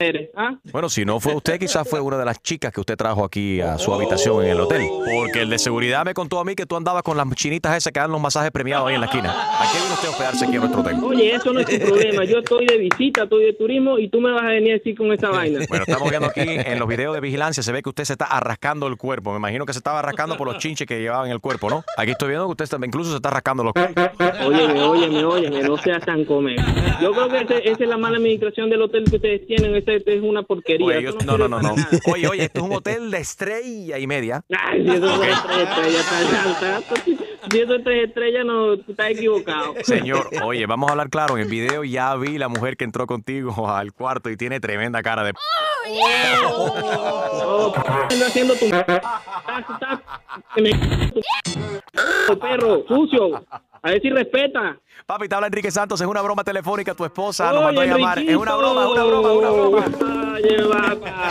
P: eres, ¿Ah?
A: Bueno, si no fue usted, quizás fue una de las chicas que usted trajo aquí a su habitación en el hotel. Porque el de seguridad me contó a mí que tú andabas con las chinitas esas que dan los masajes premiados ahí en la esquina. ¿A qué vino usted a hospedarse aquí en nuestro hotel?
P: Oye, eso no es tu problema. Yo estoy de visita, estoy de turismo y tú me vas a venir a decir con esa vaina.
A: Bueno, estamos viendo aquí en los videos de vigilancia, se ve que usted se está arrascando el cuerpo. Me imagino que se estaba arrascando por los chinches que llevaban en el cuerpo, ¿no? Aquí estoy viendo que usted está- incluso se está rascando los...
P: Óyeme, óyeme, óyeme, no seas tan comer. Yo creo que ese- esa es la mala administración del hotel que ustedes tienen. Esa esa es una porquería.
A: Oye,
P: Eso
A: yo-
P: no
A: no, no,
P: sirve
A: no,
P: para
A: no.
P: nada.
A: Oye, oye, esto es un hotel de estrella y media.
P: Ay, si eso
A: Ok.
P: es tres estrellas, está- está- está- si eso es tres estrellas, no, tú estás equivocado.
A: Señor, oye, vamos a hablar claro. En el video ya vi la mujer que entró contigo al cuarto y tiene tremenda cara de...
P: Oh, anda haciendo tu... que me- tu- perro, sucio. A ver si respeta.
A: Papi, te habla Enrique Santos, es una broma telefónica, tu esposa
P: Oye,
A: nos mandó a llamar. Es una broma, es una broma, es una broma.
P: Oye, vaca.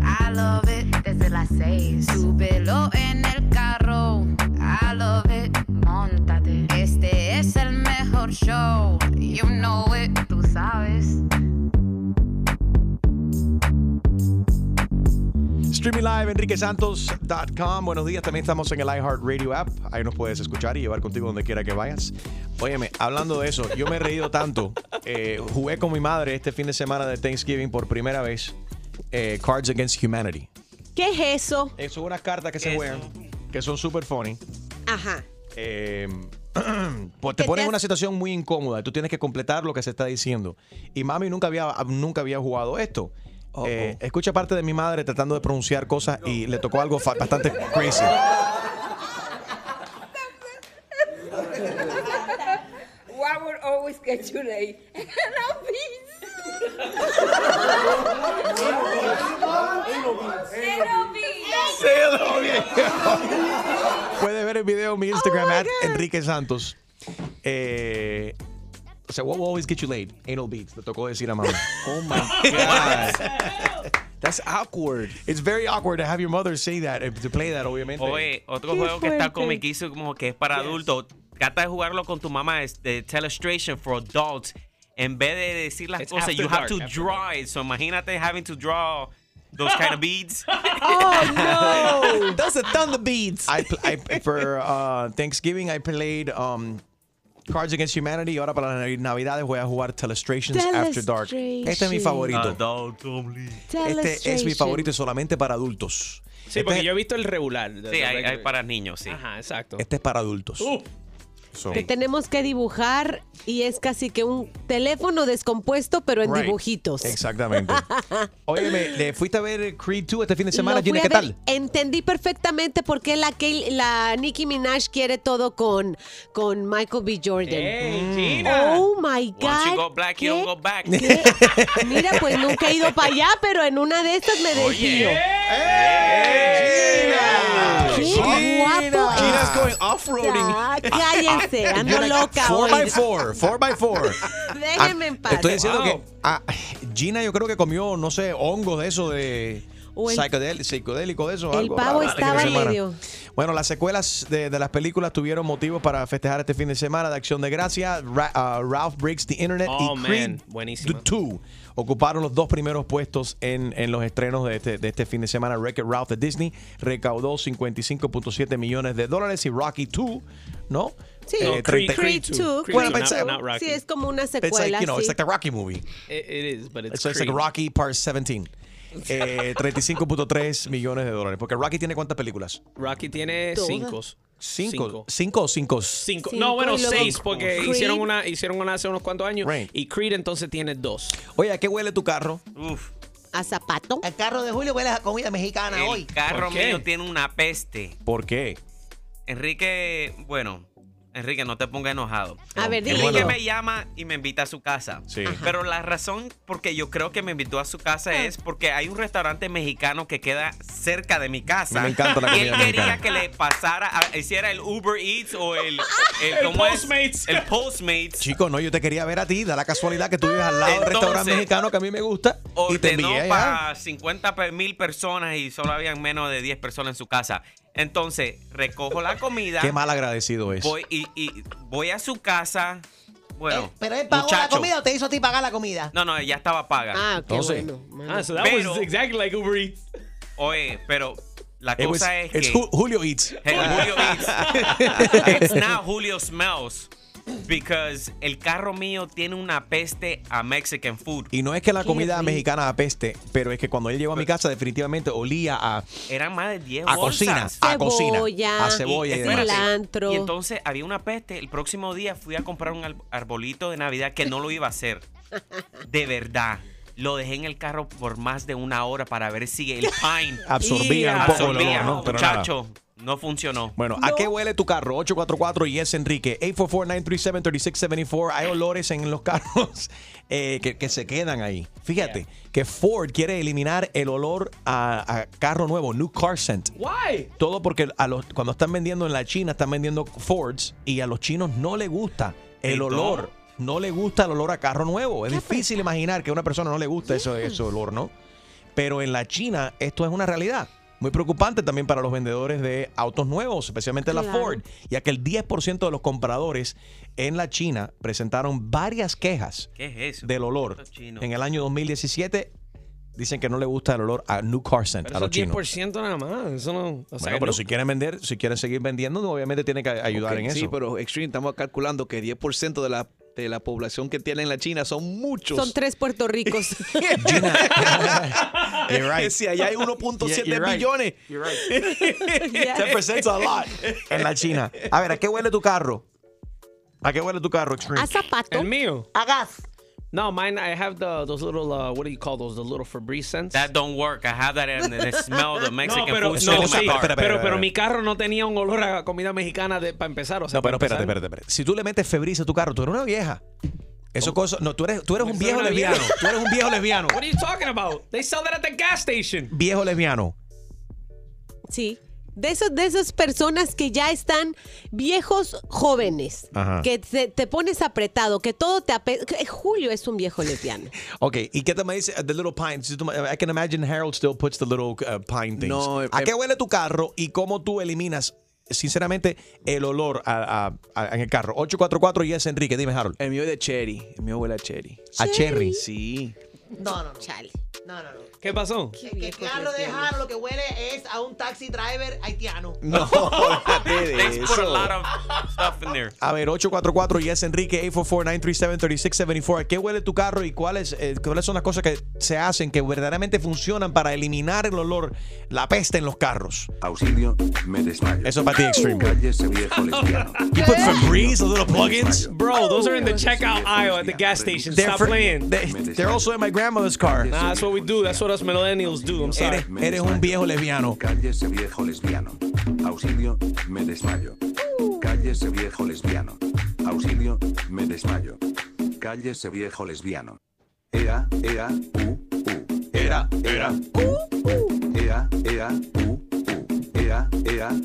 Q: I love it. Desde las seis, súbelo en el carro, I love it. Móntate, este es el mejor show, you know it, tú sabes.
A: Streaming live, enriquesantos.com. Buenos días, también estamos en el iHeartRadio app. Ahí nos puedes escuchar y llevar contigo donde quiera que vayas. Óyeme, hablando de eso, yo me he reído tanto. Eh, jugué con mi madre este fin de semana de Thanksgiving por primera vez eh, Cards Against Humanity,
B: ¿Qué es eso?
A: Eso unas cartas que se juegan. que son super funny.
B: Ajá.
A: Eh,
C: Em,
A: pues te ponen en una situación muy incómoda. Tú tienes que completar lo que se está diciendo. Y mami nunca había, nunca había jugado esto. Eh, escucha parte de mi madre tratando de pronunciar cosas y le tocó algo fa- bastante crazy.
R: Why would always get you late? Hello, peace.
A: Puedes ver el video en mi Instagram, at Enrique Santos. Eh, o sea, what will always get you late? Anal beats. Le tocó decir a mamá. Oh my God. That's awkward. It's very awkward to have your mother say that, eh, to play that, obviamente.
C: Oye, otro juego que está comiquísimo, como que es para adultos. Trata de jugarlo con tu mamá, es de Telestration for Adults. En vez de decir las
F: It's
C: cosas,
F: after
C: you
F: dark,
C: have to
F: after
C: draw it. So imagínate having to draw those kind of beads.
A: Oh no! Those are thunder beads. I, pl- I for uh, Thanksgiving I played um, Cards Against Humanity y ahora para las Navidades voy a jugar Telestrations After Dark. Este es mi favorito.
C: Adult only.
A: Este es mi favorito y solamente para adultos.
F: Sí, porque yo he visto el regular.
C: Sí, hay, hay para niños, sí.
F: Ajá, exacto.
A: Este es para adultos.
C: Oh.
A: So-
B: Que tenemos que dibujar y es casi que un teléfono descompuesto, pero en
A: Right.
B: dibujitos.
A: Exactamente. Óyeme, ¿le fuiste a ver Creed 2 este fin de semana,
B: Lo fui
A: Gina?
B: a
A: ¿Qué
B: ver,
A: tal?
B: Entendí perfectamente por qué la, Kay- la Nicki Minaj quiere todo con, con Michael B. Jordan.
C: Gina.
B: Oh my
C: Mm. Once you
B: God.
C: go black, you don't go back.
B: Mira, pues nunca he ido para allá, pero en una de estas me desvío.
A: ¡Eh,
C: Hey, Gina.
B: Qué guapo
A: Ah.
B: es.
E: Gina's going off-roading.
B: Ah, cállense, ando
E: You're like,
B: loca
E: four
B: hoy.
E: by four, four by four.
B: Déjenme en paz.
A: Estoy diciendo que ah, Gina yo creo que comió, no sé, hongo de eso, de
B: O el-
A: psicodélico, psicodélico de eso.
B: el
A: algo
B: pavo
A: raro este fin de
B: estaba
A: semana.
B: medio.
A: Bueno, las secuelas de, de las películas tuvieron motivos para festejar este fin de semana de Acción de Gracia. Ra- ah, Ralph Breaks the Internet
F: Oh,
A: y
F: man,
A: Creed
F: buenísima.
A: 2 ocuparon los dos primeros puestos en, en los estrenos de este, de este fin de semana. Wreck-It Ralph de Disney recaudó 55.7 millones de dólares y Rocky 2, ¿no?
B: Sí,
A: Eh,
B: Creed,
A: 30.
B: 2.
A: Bueno,
B: Creed
A: pensé-
B: 2. Sí, es como una
A: It's like,
B: secuela.
A: you know,
B: sí.
A: it's like the Rocky movie.
F: It, it is, but it's
A: So it's like
F: Creed.
A: Rocky Part 17. Eh, 35.3 millones de dólares. Porque Rocky tiene cuántas películas?
F: Rocky tiene
A: Todas.
F: cinco.
A: Cinco. Cinco o cinco.
F: Cinco. No, bueno, seis, porque hicieron una, hicieron una hace unos cuantos años.
A: Right.
F: Y Creed entonces tiene dos.
A: Oye, ¿a qué huele tu carro?
C: Uf,
B: A zapato.
D: El carro de Julio huele a comida mexicana hoy.
C: el carro
D: ¿Por qué?
C: mío tiene una peste.
A: ¿Por qué?
C: Enrique, bueno, Enrique, no te pongas enojado.
B: A ver, dime.
C: Enrique me llama y me invita a su casa.
A: Sí.
C: Pero la razón por que yo creo que me invitó a su casa es porque hay un restaurante mexicano que queda cerca de mi casa.
A: Me encanta la
C: Y él
A: comida
C: quería
A: mexicana.
C: que le pasara, a- hiciera el Uber Eats o el, el,
F: El
C: ¿cómo es? El Postmates.
A: Chico, no, yo te quería ver a ti. Da la casualidad que tú vives al lado del
C: Entonces,
A: restaurante mexicano que a mí me gusta. Y te
C: ordenó
A: envié ah. allá.
C: para 50 pe- mil personas y solo habían menos de 10 personas en su casa. Entonces, recojo la comida.
A: Qué mal agradecido es.
C: Voy y, y voy a su casa. Bueno,
D: Pero él pagó la
C: muchacho.
D: comida o te hizo a ti pagar la comida.
C: No, no, ya estaba paga.
D: Eh, Ah, qué Entonces- bueno,
F: Ah, so that
C: Pero-
F: was exactly like Uber Eats.
C: Oye, pero la
A: It was-
C: cosa es
A: it's
C: que
A: Ju- Julio Eats.
C: Hey, Julio Eats. it's not Julio Smells because el carro mío tiene una peste a Mexican food.
A: Y no es que la comida mexicana apeste, pero es que cuando él llegó a mi casa definitivamente olía a...
C: Eran más de 10
A: A cocina,
C: bolsas.
A: a cocina, a cebolla y, demás.
C: espérate, Y entonces había una peste. El próximo día fui a comprar un ar- arbolito de Navidad que no lo iba a hacer. De verdad. Lo dejé en el carro por más de una hora para ver si el pine
A: Absorbía un poco el
C: absorbía.
A: olor, ¿no? Pero nada.
C: Muchacho, no funcionó.
A: Bueno, ¿a qué huele tu carro? 844 y es Enrique. 844-937-3674. Hay olores en los carros eh, que, que se quedan ahí. Fíjate que Ford quiere eliminar el olor a, a carro nuevo, New Car Scent.
F: Why?
A: Todo porque a los, cuando están vendiendo en la China, están vendiendo Fords y a los chinos no les gusta el
C: ¿Y todo?
A: olor. No le gusta el olor a carro nuevo. Es difícil imaginar que a una persona no le gusta eso, ese olor, ¿no? Pero en la China esto es una realidad. Muy preocupante también para los vendedores de autos nuevos, especialmente la
S: Claro.
A: Ford, ya que el 10% de los compradores en la China presentaron varias quejas
C: ¿Qué es eso?
A: del olor.
C: Estos chinos.
A: En el año 2017 dicen que no le gusta el olor a New Car Scent,
F: Pero
A: a
F: eso
A: los
F: es
A: chinos.
F: 10% nada más. Eso no. O sea,
A: Bueno, pero
F: no-
A: si quieren vender, si quieren seguir vendiendo, obviamente tienen que ayudar
E: Ok,
A: en eso.
E: Sí, pero Extreme, estamos calculando que 10% de la, de la población que tiene en la China son muchos.
B: Son tres Puerto Ricos.
A: You're right.
E: Si allá hay 1.7
A: Yeah, you're right.
E: billones.
A: You're right. 10% is a lot en la China. A ver, ¿a qué huele tu carro? ¿A qué huele tu carro, Extreme?
B: zapato.
F: El mío.
D: A gas.
F: No, mine, I have the, those little, uh, what do you call those? The little Febreze scents.
C: That don't work. I have that in the smell of the Mexican
F: no, pero,
C: food.
F: no,
C: still in my
F: sí,
C: car.
F: pero, pero mi carro no tenía un olor a comida mexicana de, para empezar. O sea,
A: No, pero
F: para
A: espérate,
F: empezar.
A: espérate, espérate. Si tú le metes febreze a tu carro, tú eres una vieja. Eso cosa, no, tú eres, tú eres un viejo
F: Soy Oh. una
A: lesbiano.
F: vieja.
A: Tú eres un viejo lesbiano.
F: What are you talking about? They sell that at the gas station.
A: Viejo lesbiano.
B: Sí. De, esos, de esas personas que ya están viejos jóvenes,
A: Ajá.
B: que te, te pones apretado, que todo te apetece. Julio es un viejo lesbiano.
A: Ok, ¿y qué te me dice uh, the little pine? Si tú me- I can imagine Harold still puts the little uh, pine things.
E: No, eh,
A: ¿A qué huele tu carro y cómo tú eliminas, sinceramente, el olor a- a- a- en el carro? 844 y es Enrique. Dime, Harold.
E: El mío es de cherry. El mío huele a cherry.
A: ¿A cherry?
E: Sí.
D: No, no, no.
B: Chale.
D: No, no, no.
F: ¿Qué pasó?
D: El carro de Harold lo que huele es a un taxi driver haitiano.
E: No,
A: Ah,
E: olvídate de
C: They put a
E: eso.
C: lot of stuff in there.
A: A ver, 844 y es Enrique, 844-937-3674. ¿A qué huele tu carro y cuáles, eh, cuáles son las cosas que se hacen que verdaderamente funcionan para eliminar el olor, la peste en los carros?
S: Auxilio, me desmayo.
A: Eso es para ti, Extreme.
S: Cállese, viejo lesbiano.
A: You put Febreze, the little plugins.
F: Bro, those are in the checkout aisle at the gas station.
A: Oh, They're
F: Stop
A: for-
F: playing.
A: They're also in my grandmother's car.
F: Nah, that's what we do. That's what us millennials do. I'm sorry.
A: Eres, eres un viejo lesbiano.
S: Cállese, viejo lesbiano. Auxilio, me desmayo. Cállese, viejo lesbiano. Auxilio, me desmayo. Cállese, viejo lesbiano. Ea, ea, u, u. Era, era, u, u. Ea, ea, u, u. Ea, ea, Ea,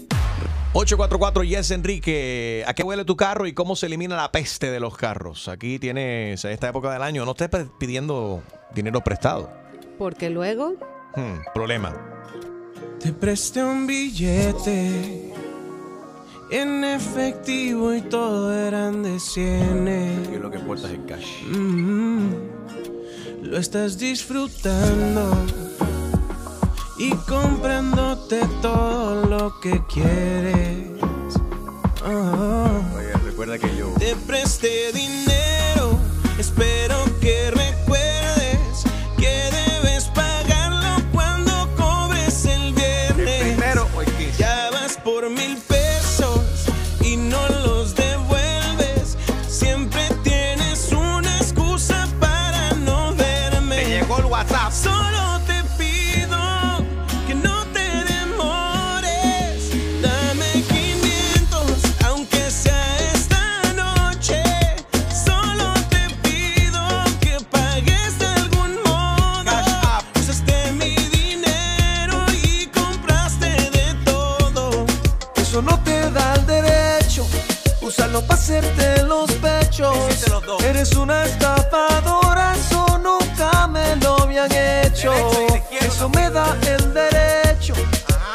A: 844 Yes Enrique, ¿a qué huele tu carro y cómo se elimina la peste de los carros? Aquí tienes a esta época del año, no estés pe- pidiendo dinero prestado.
B: Porque luego.
A: Hmm, problema.
L: Te presté un billete en efectivo y todo eran de cienes.
S: que lo que importa es el cash.
L: Mm, lo estás disfrutando y comprándote todo lo que quieres. Oh.
S: Oye, recuerda que yo.
L: Te presté dinero, espero que recuerdes que debes pagarlo cuando cobres el viernes. ya vas por mil pesos y no los devuelves. Siempre tienes una excusa para no verme. Te llegó el WhatsApp. Solo te pido que no te demores. Dame 500, aunque sea esta noche. Solo te pido que pagues de algún modo. Usaste mi dinero y compraste de todo.
T: Eso no te da el derecho. Usarlo para hacerte los pechos. Eres una estafadora, eso nunca me lo habían hecho. Eso me da el derecho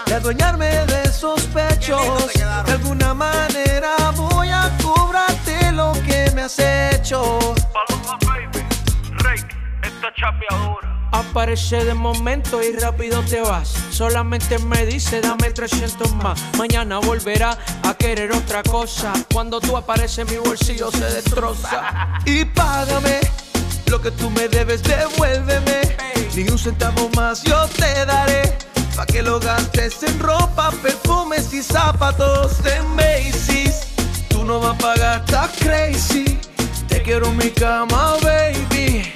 T: de adueñarme de esos pechos. De alguna manera voy a cobrarte lo que me has hecho.
U: Aparece de momento y rápido te vas. Solamente me dice dame 300 más. Mañana volverá a querer otra cosa. Cuando tú apareces mi bolsillo se destroza.
T: Y págame lo que tú me debes, devuélveme. Ni un centavo más yo te daré. Pa' que lo gastes en ropa, perfumes y zapatos de Macy's. Tú no vas a pagar, está crazy. Te quiero en mi cama, baby.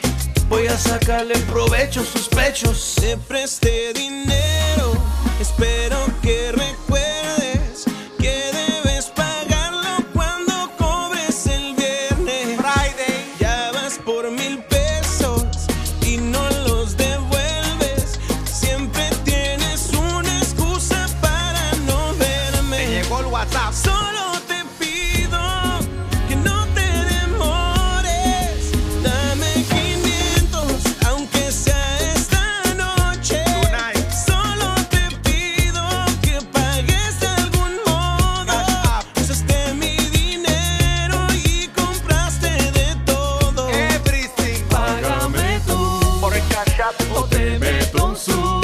T: Voy a sacarle provecho a sus pechos.
L: Te presté este dinero, espero que recuerdes que debes pagarlo cuando cobres el viernes. Friday. Ya vas por mil pesos y no los devuelves. Siempre tienes una excusa para no verme. Te llegó el WhatsApp. Solo te pido que no te demores. Dame 500, aunque sea esta noche. Solo te pido que pagues de algún modo. Usaste mi dinero y compraste de todo.
T: Págame tú por el cash app o te meto un zoom.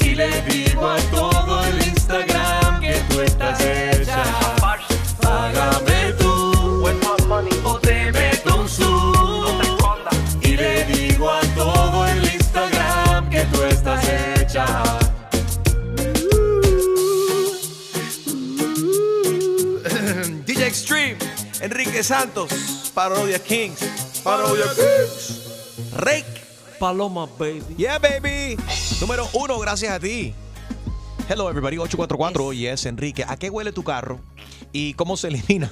T: Y le digo a todo el Instagram que tú estás hecha. Págame tú o te meto un zoom. Y le digo a todo el Instagram que tú estás hecha.
L: DJ Extreme, Enrique Santos, Parodia Kings,
A: Parodia
L: Kings.
A: Rake.
U: Paloma, baby.
A: Yeah, baby. Número uno, gracias a ti. Hello, everybody. 844 yes. Enrique. ¿A qué huele tu carro y cómo se elimina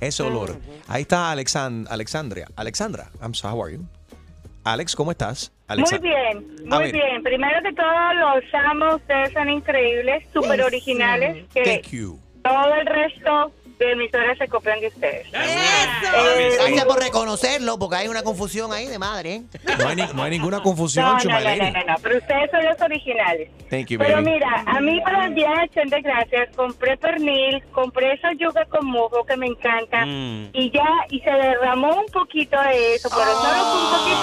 A: ese
H: Ah,
A: olor? Ahí está Alexan- Alexandria. Alexandra, I'm sorry, how are you? Alex, ¿cómo estás? Alexa-
H: Muy bien,
A: A
H: muy
A: ver.
H: bien. Primero que todo, los amo. Ustedes son increíbles, súper originales. Que
A: Thank you.
H: todo el resto de emisoras se copian de ustedes.
D: Eh, Gracias por reconocerlo, porque hay una confusión ahí de madre. ¿eh?
A: No hay, ni- no hay ninguna
H: No,
A: confusión,
H: no, no, no,
A: Chumaleni.
H: no, no, pero ustedes son los originales.
A: Thank you,
H: Pero
A: baby.
H: mira, a mí para el Día de Acción de Gracias compré pernil, compré esa yuca con mojo que me encanta
C: Mm.
H: y ya, y se derramó un poquito de eso, pero solo fue un
A: Ah.
H: poquito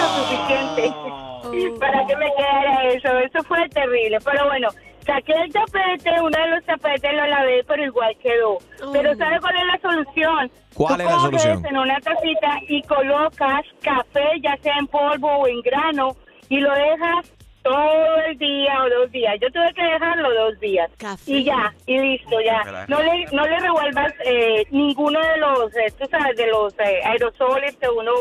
H: suficiente para que me quedara eso. Eso fue terrible, pero bueno. Saqué el tapete, uno de los tapetes lo lavé, pero igual quedó. Pero ¿sabe cuál es la solución?
A: ¿Cuál
H: Tú
A: es la
H: coges
A: solución?
H: en una tacita y colocas café, ya sea en polvo o en grano, y lo dejas todo el día o dos días. Yo tuve que dejarlo dos días. Y ya, y listo, ya. No le, no le revuelvas eh, ninguno de los, eh, tú sabes, de los eh, aerosoles que uno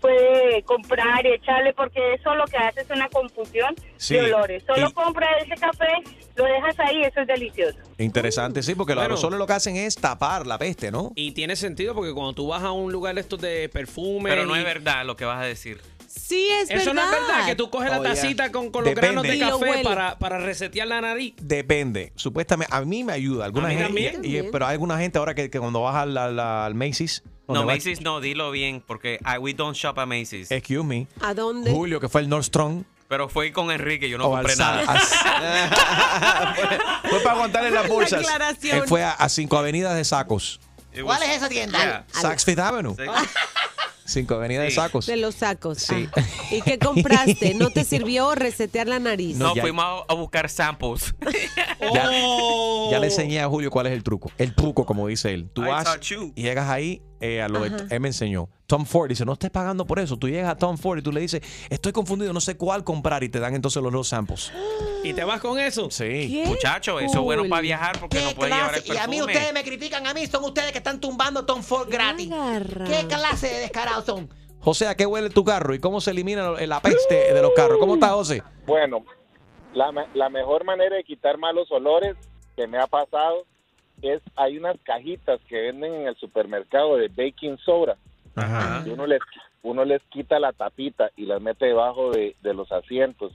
H: puede comprar y echarle, porque eso lo que hace es una confusión
A: Sí,
H: de olores. Solo
A: y-
H: compra ese café, lo dejas ahí, eso es delicioso.
A: Interesante, sí, porque los aerosoles lo que hacen es tapar la peste, ¿no?
F: Y tiene sentido porque cuando tú vas a un lugar de estos de perfumes.
C: Pero no
F: y-
C: es verdad lo que vas a decir.
B: Sí, es
F: Eso no es verdad, que tú coges la
A: Oh, yeah.
F: tacita con, con los
A: Depende.
F: granos de
A: Y lo
F: café
A: huele.
F: para, para resetear la nariz.
A: Depende. Supuestamente, a mí me ayuda. Alguna
F: A mí
A: gente,
F: también.
A: y- y- pero hay alguna gente ahora que, que cuando vas al, al- al Macy's.
C: No,
A: donde va-
C: Macy's no, dilo bien, porque ah, we don't shop at Macy's.
A: Excuse me.
B: ¿A dónde?
A: Julio, que fue el Nordstrom.
C: Pero fue con Enrique, yo no
A: O
C: compré
A: Oh, al
C: nada.
A: Fue para aguantarle las bolsas.
D: aclaración.
A: Él fue a, a cinco avenidas de sacos.
D: ¿Cuál es esa tienda?
A: Saks Fifth Avenue. Cinco avenidas de sacos.
B: De los sacos. ah. ¿Y qué compraste? ¿No te sirvió resetear la nariz?
C: No, fuimos a a buscar samples.
A: Ya, ya le enseñé a Julio cuál es el truco. El truco, como dice él. Tú
C: Oh. I
A: vas
C: taught you.
A: y llegas ahí eh, a lo
C: Ajá.
A: de, él me enseñó. Tom Ford dice, no estés pagando por eso. Tú llegas a Tom Ford y tú le dices, estoy confundido, no sé cuál comprar y te dan entonces los dos samples.
F: ¿Y te vas con eso?
A: Sí.
C: Qué Muchacho, eso es bueno cool. para viajar porque no puedes llevar el
D: Y a mí
C: perfume.
D: ustedes me critican, a mí son ustedes que están tumbando Tom Ford gratis. ¿Qué clase de descarados son?
A: José, ¿a qué huele tu carro y cómo se elimina lo- la peste de los carros? ¿Cómo está José?
I: Bueno, la, me- la mejor manera de quitar malos olores que me ha pasado es hay unas cajitas que venden en el supermercado de baking soda. Y uno les, uno les quita la tapita y las mete debajo de, de los asientos.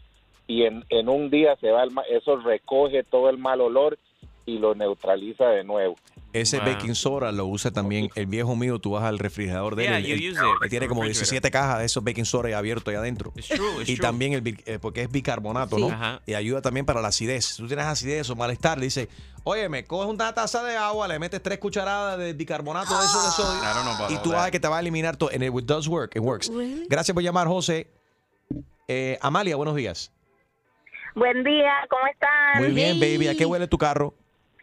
I: Y en, en un día se va el ma- eso recoge todo el mal olor y lo neutraliza de nuevo.
A: Ese
J: Ah.
I: Wow.
A: baking soda lo usa también el viejo mío. Tú vas al refrigerador de
I: Yeah,
A: él.
I: you
A: el-
I: use it.
A: que tiene como 17 cajas de esos baking soda abiertos ahí adentro.
I: true, it's
A: y
I: true.
A: también el bi- eh, porque es bicarbonato,
I: Sí.
A: ¿no?
I: Ajá.
A: Y ayuda también para la acidez. Si tú tienes acidez o malestar, le dice, oye, me coges una taza de agua, le metes tres cucharadas de bicarbonato de eso de sodio
I: I don't know about
A: y
I: all
A: tú
I: that.
A: vas a que te va a eliminar todo. And it does work, it works.
I: Really?
A: Gracias por llamar, José. Eh, Amalia, buenos días.
V: Buen día, ¿cómo están?
A: Muy bien, baby. ¿A qué huele tu carro?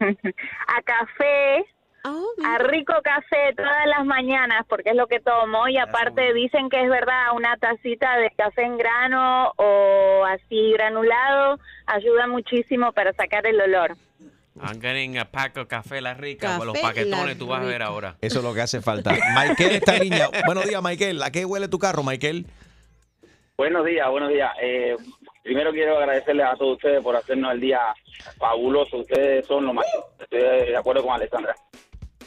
V: A café, a rico café todas las mañanas, porque es lo que tomo. Y aparte dicen que es verdad, una tacita de café en grano o así granulado ayuda muchísimo para sacar el olor.
C: I'm getting a pack of café la rica
V: Café
C: con los
V: La
C: paquetones, tú vas a ver
V: Rica.
C: ahora.
A: Eso es lo que hace falta. Michael está en línea. Buenos días, Michael. ¿A qué huele tu carro, Michael?
J: Buenos días, buenos días. Eh, primero quiero agradecerles a todos ustedes por hacernos el día fabuloso. Ustedes son lo más. Estoy de acuerdo con Alessandra.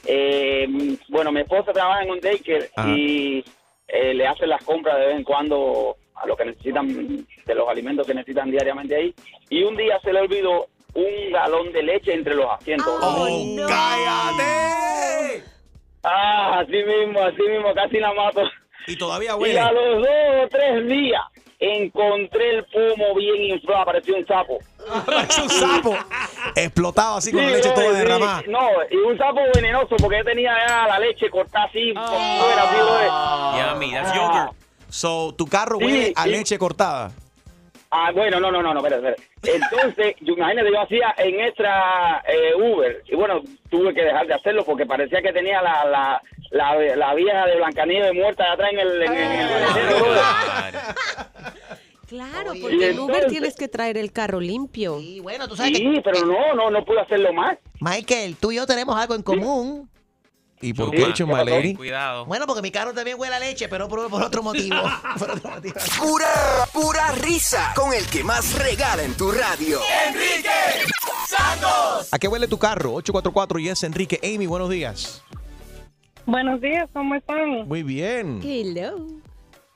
J: Eh, bueno, mi esposa trabaja en un daycare
W: Ajá.
J: y eh, le hace las compras de vez en cuando a lo que necesitan, de los alimentos que necesitan diariamente ahí. Y un día se le olvidó un galón de leche entre los asientos.
A: Oh, cállate!
J: Ah, así mismo, así mismo, casi la mato.
A: Y todavía
J: huele. Y a los dos o tres días encontré el pomo bien inflado, parecía un sapo.
A: Parecía un sapo. Explotado así con la
J: Sí,
A: leche toda
J: brother, sí.
A: derramada.
J: No, y un sapo venenoso porque yo tenía ya la leche cortada así por
B: Ah.
J: fuera, así, brother.
C: Yummy, that's
J: Ah.
C: yogurt.
A: So, tu carro
J: Sí,
A: huele a
J: sí.
A: leche cortada.
J: Ah, bueno, no, no, no, no, espera, espera. Entonces, yo imagínate, yo hacía en extra eh, Uber. Y bueno, tuve que dejar de hacerlo porque parecía que tenía la, la, la, la vieja de Blancanieves muerta atrás en el... en- en el
B: Ah,
J: maletero, brother.
B: Claro, porque en Uber
J: entonces-
B: tienes que traer el carro limpio. Y
D: bueno, tú eh,
J: Sí, pero no, no, no pude hacerlo más.
D: Michael, tú y yo tenemos algo en común.
A: ¿Y por
D: qué,
A: my lady?
C: Cuidado.
D: Bueno, porque mi carro también huele a leche, pero por, por otro motivo. Por otro motivo.
G: Pura, pura risa con el que más regala en tu radio.
J: Enrique Santos.
A: ¿A qué huele tu carro? 844 Yes Enrique. Amy, buenos días.
V: Buenos días, ¿cómo están?
A: Muy
C: Mm.
A: bien.
V: Hello.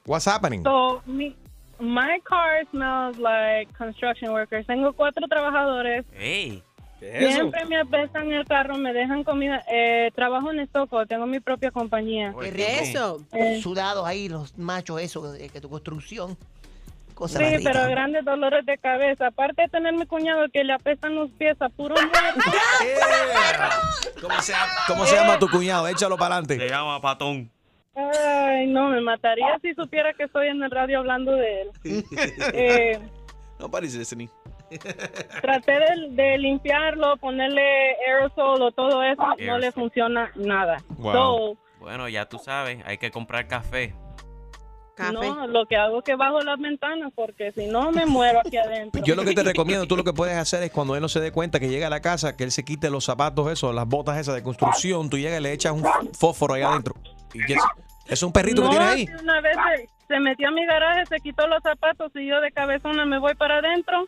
A: What's happening?
V: So, mi, my car smells like construction workers. Tengo cuatro trabajadores.
C: Hey. ¿Qué
V: Siempre me apestan el carro, me dejan comida. Eh, trabajo en Estoco, tengo mi propia compañía. Eh,
D: Sudados ahí, los machos, eso, eh, que tu construcción. Cosa
V: Sí, pero grandes dolores de cabeza. Aparte de tener mi cuñado que le apestan los pies a puro muerto.
A: ¿Cómo se, llama? ¿Cómo se llama tu cuñado? Échalo para adelante.
C: Se llama Patón.
V: Ay, no, me mataría si supiera que estoy en el radio hablando de él. Eh,
E: No parece listening.
V: Traté de, de limpiarlo, ponerle aerosol o todo eso, no
C: Aerosol.
V: le funciona nada.
C: Wow. Bueno, ya tú sabes, hay que comprar café.
V: So, no, lo que hago es que bajo las ventanas porque si no me muero aquí adentro.
A: Yo lo que te recomiendo, tú lo que puedes hacer es cuando él no se dé cuenta que llega a la casa, que él se quite los zapatos esos, las botas esas de construcción, tú llegas y le echas un fósforo ahí adentro. Y yes. Es un perrito
V: no,
A: que tiene ahí.
V: si una vez se, se metió a mi garaje, se quitó los zapatos y yo de cabezona me voy para adentro.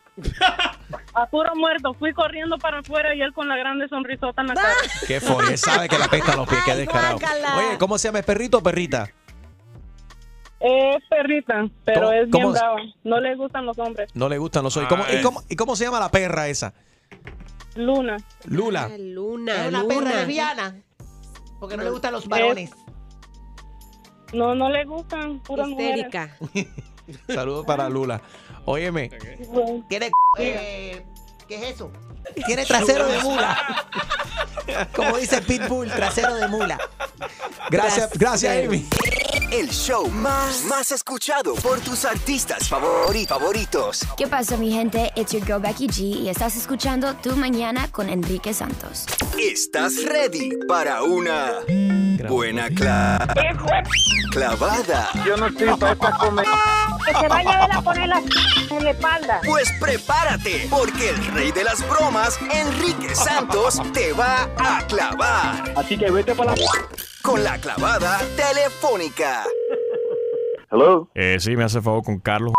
V: A puro muerto, fui corriendo para afuera y él con la grande sonrisota en
D: Ah.
V: la cara.
A: Qué fue, él sabe que le apesta los pies, qué descarado.
V: guácala.
A: Oye, ¿cómo se llama? ¿Es perrito o perrita?
V: Es perrita, pero
E: ¿Cómo-
V: es bien
E: cómo es?
V: brava. No le gustan los hombres.
E: No le gustan los hombres. ¿Cómo-
V: Ay.
E: ¿Y cómo, y cómo se llama la perra esa?
V: Luna.
A: Ah.
E: Lula.
B: Luna.
D: Es una
B: Luna.
D: perra lesbiana. Porque no le gustan los varones.
V: No, no le gustan puras
B: Histérica.
E: Saludos para Lula. Óyeme.
V: mujeres.
D: Tiene c- eh, ¿Qué es eso? Tiene trasero de mula. Como dice Pitbull, trasero de mula.
G: Gracias,
D: gracias, Amy.
G: El show más, más escuchado por tus artistas favori- favoritos.
X: ¿Qué pasa, mi gente? It's your girl Becky G y estás escuchando Tu Mañana con Enrique Santos.
G: ¿Estás ready para una buena cla- clavada? Yo no estoy para
V: Que se vaya a ver a poner la en la espalda.
G: Pues prepárate, porque el rey de las bromas, Enrique Santos, te va a clavar. Así que vete para la... Con la clavada telefónica.
K: Hello.
A: Eh, sí, me hace favor con Carlos.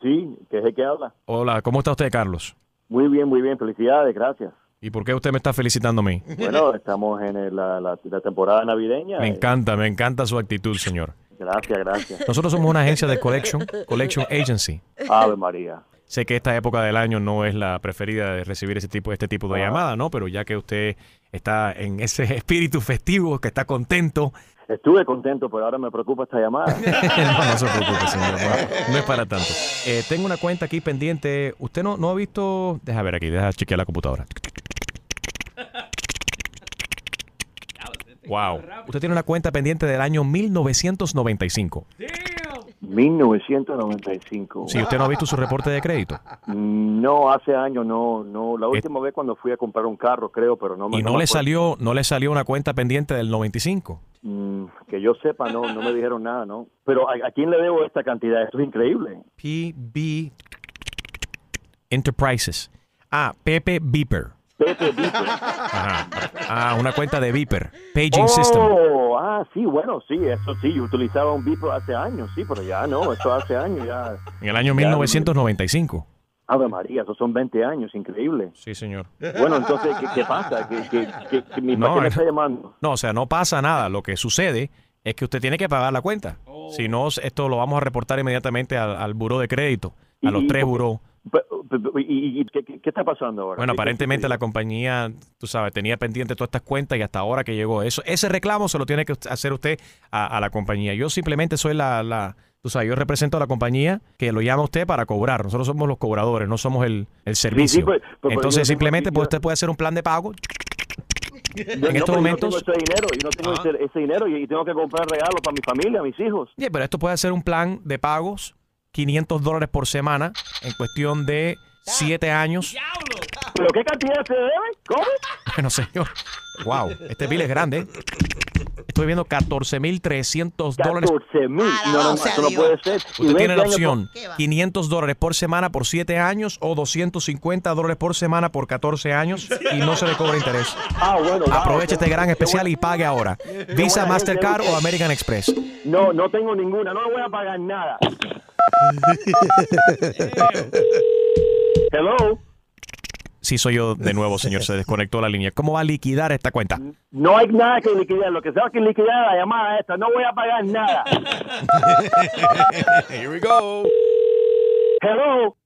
K: Sí, que es el que habla.
A: Hola, ¿cómo está usted, Carlos?
K: Muy bien, muy bien. Felicidades, gracias.
A: ¿Y por qué usted me está felicitando a mí?
K: Bueno, estamos en el- la, la- la temporada navideña.
A: Me
K: Eh,
A: encanta, me encanta su actitud, señor.
K: Gracias, gracias.
A: Nosotros somos una agencia de collection, collection agency.
K: Ave María.
A: Sé que esta época del año no es la preferida de recibir ese tipo, este tipo de llamada, ¿no? Pero ya que usted está en ese espíritu festivo, que está contento,
K: Estuve contento, pero ahora me preocupa esta llamada.
A: no, no se preocupe, señor. No, no es para tanto. Eh, tengo una cuenta aquí pendiente. ¿Usted no, no ha visto? Deja ver aquí, deja chequear la computadora. Wow. Usted tiene una cuenta pendiente del año 1995.
K: 1995.
A: Si usted no ha visto su reporte de crédito
K: No, hace años no, no. La última vez cuando fui a comprar un carro, creo, pero no me
A: y no
K: me
A: le
K: acuerdo.
A: salió, no le salió una cuenta pendiente del 95.
K: Mm, que yo sepa, no, no me dijeron nada, ¿no? Pero ¿a, a quién le debo esta cantidad? Esto es increíble.
A: PB Enterprises. Ah, Pepe Beeper.
K: Pepe Viper.
A: Ajá. Ah, una cuenta de Beeper. Paging System.
K: Oh, ah, sí, bueno, sí, eso sí, yo utilizaba un Viper hace años, sí, pero ya no, eso hace años, ya.
A: En el año 1995.
K: Ave María, esos son 20 años, increíble.
A: Sí, señor.
K: Bueno, entonces, ¿qué, qué pasa? ¿Qué, qué, qué- qué- mi, ¿Para
A: No,
K: qué me
A: es-
K: está llamando?
A: No, o sea, no pasa nada. Lo que sucede es que usted tiene que pagar la cuenta.
K: Oh.
A: Si no, esto lo vamos a reportar inmediatamente al, al buró de crédito, a los
K: Y-
A: tres buró.
K: ¿Y, y- y qué, qué- qué está pasando ahora?
A: Bueno,
K: ¿Qué- qué-
A: aparentemente la compañía, tú sabes, tenía pendiente todas estas cuentas y hasta ahora que llegó eso. Ese reclamo se lo tiene que usted- hacer usted a, a la compañía. Yo simplemente soy la, la- tú sabes, yo represento a la compañía que lo llama a usted para cobrar. Nosotros somos los cobradores, no somos el, el servicio.
K: pero- pero- pero pues, yo
A: Entonces,
K: tengo
A: simplemente,
K: aquí-
A: pues
K: yo-
A: usted puede hacer un plan de pago.
K: Yo-
A: en
K: no,
A: estos
K: pero yo
A: momentos- Ah.
K: No tengo ese dinero, yo no tengo ese, ese dinero y y tengo que comprar regalos para mi familia, mis hijos.
A: Oye, pero esto puede ser un plan de pagos, 500 dólares por semana, en cuestión de 7 años.
K: ¿Pero qué cantidad se debe? ¿Cómo?
A: Bueno, señor. Wow, este bill es grande. ¿eh? Estoy viendo 14.300 dólares.
K: 14 mil. No, no, eso no puede ser. Y
A: Usted tiene
K: 20
A: la
K: años
A: opción
K: por-
A: 500 dólares por semana por 7 años o 250 dólares por semana por 14 años y no se le cobra interés.
K: Ah, bueno. wow,
A: Aproveche
K: qué-
A: este gran
K: qué
A: especial y pague ahora. Visa,
K: buena gente,
A: Mastercard
K: usted.
A: o American Express.
K: No, no tengo ninguna, no voy a pagar nada. Hello.
A: Sí, soy yo de nuevo, señor. Se desconectó la línea. ¿Cómo va a liquidar esta cuenta?
K: No hay nada que liquidar, lo que sea que liquidar la llamada esta, no voy a pagar nada.
A: Here we go.
K: Hello.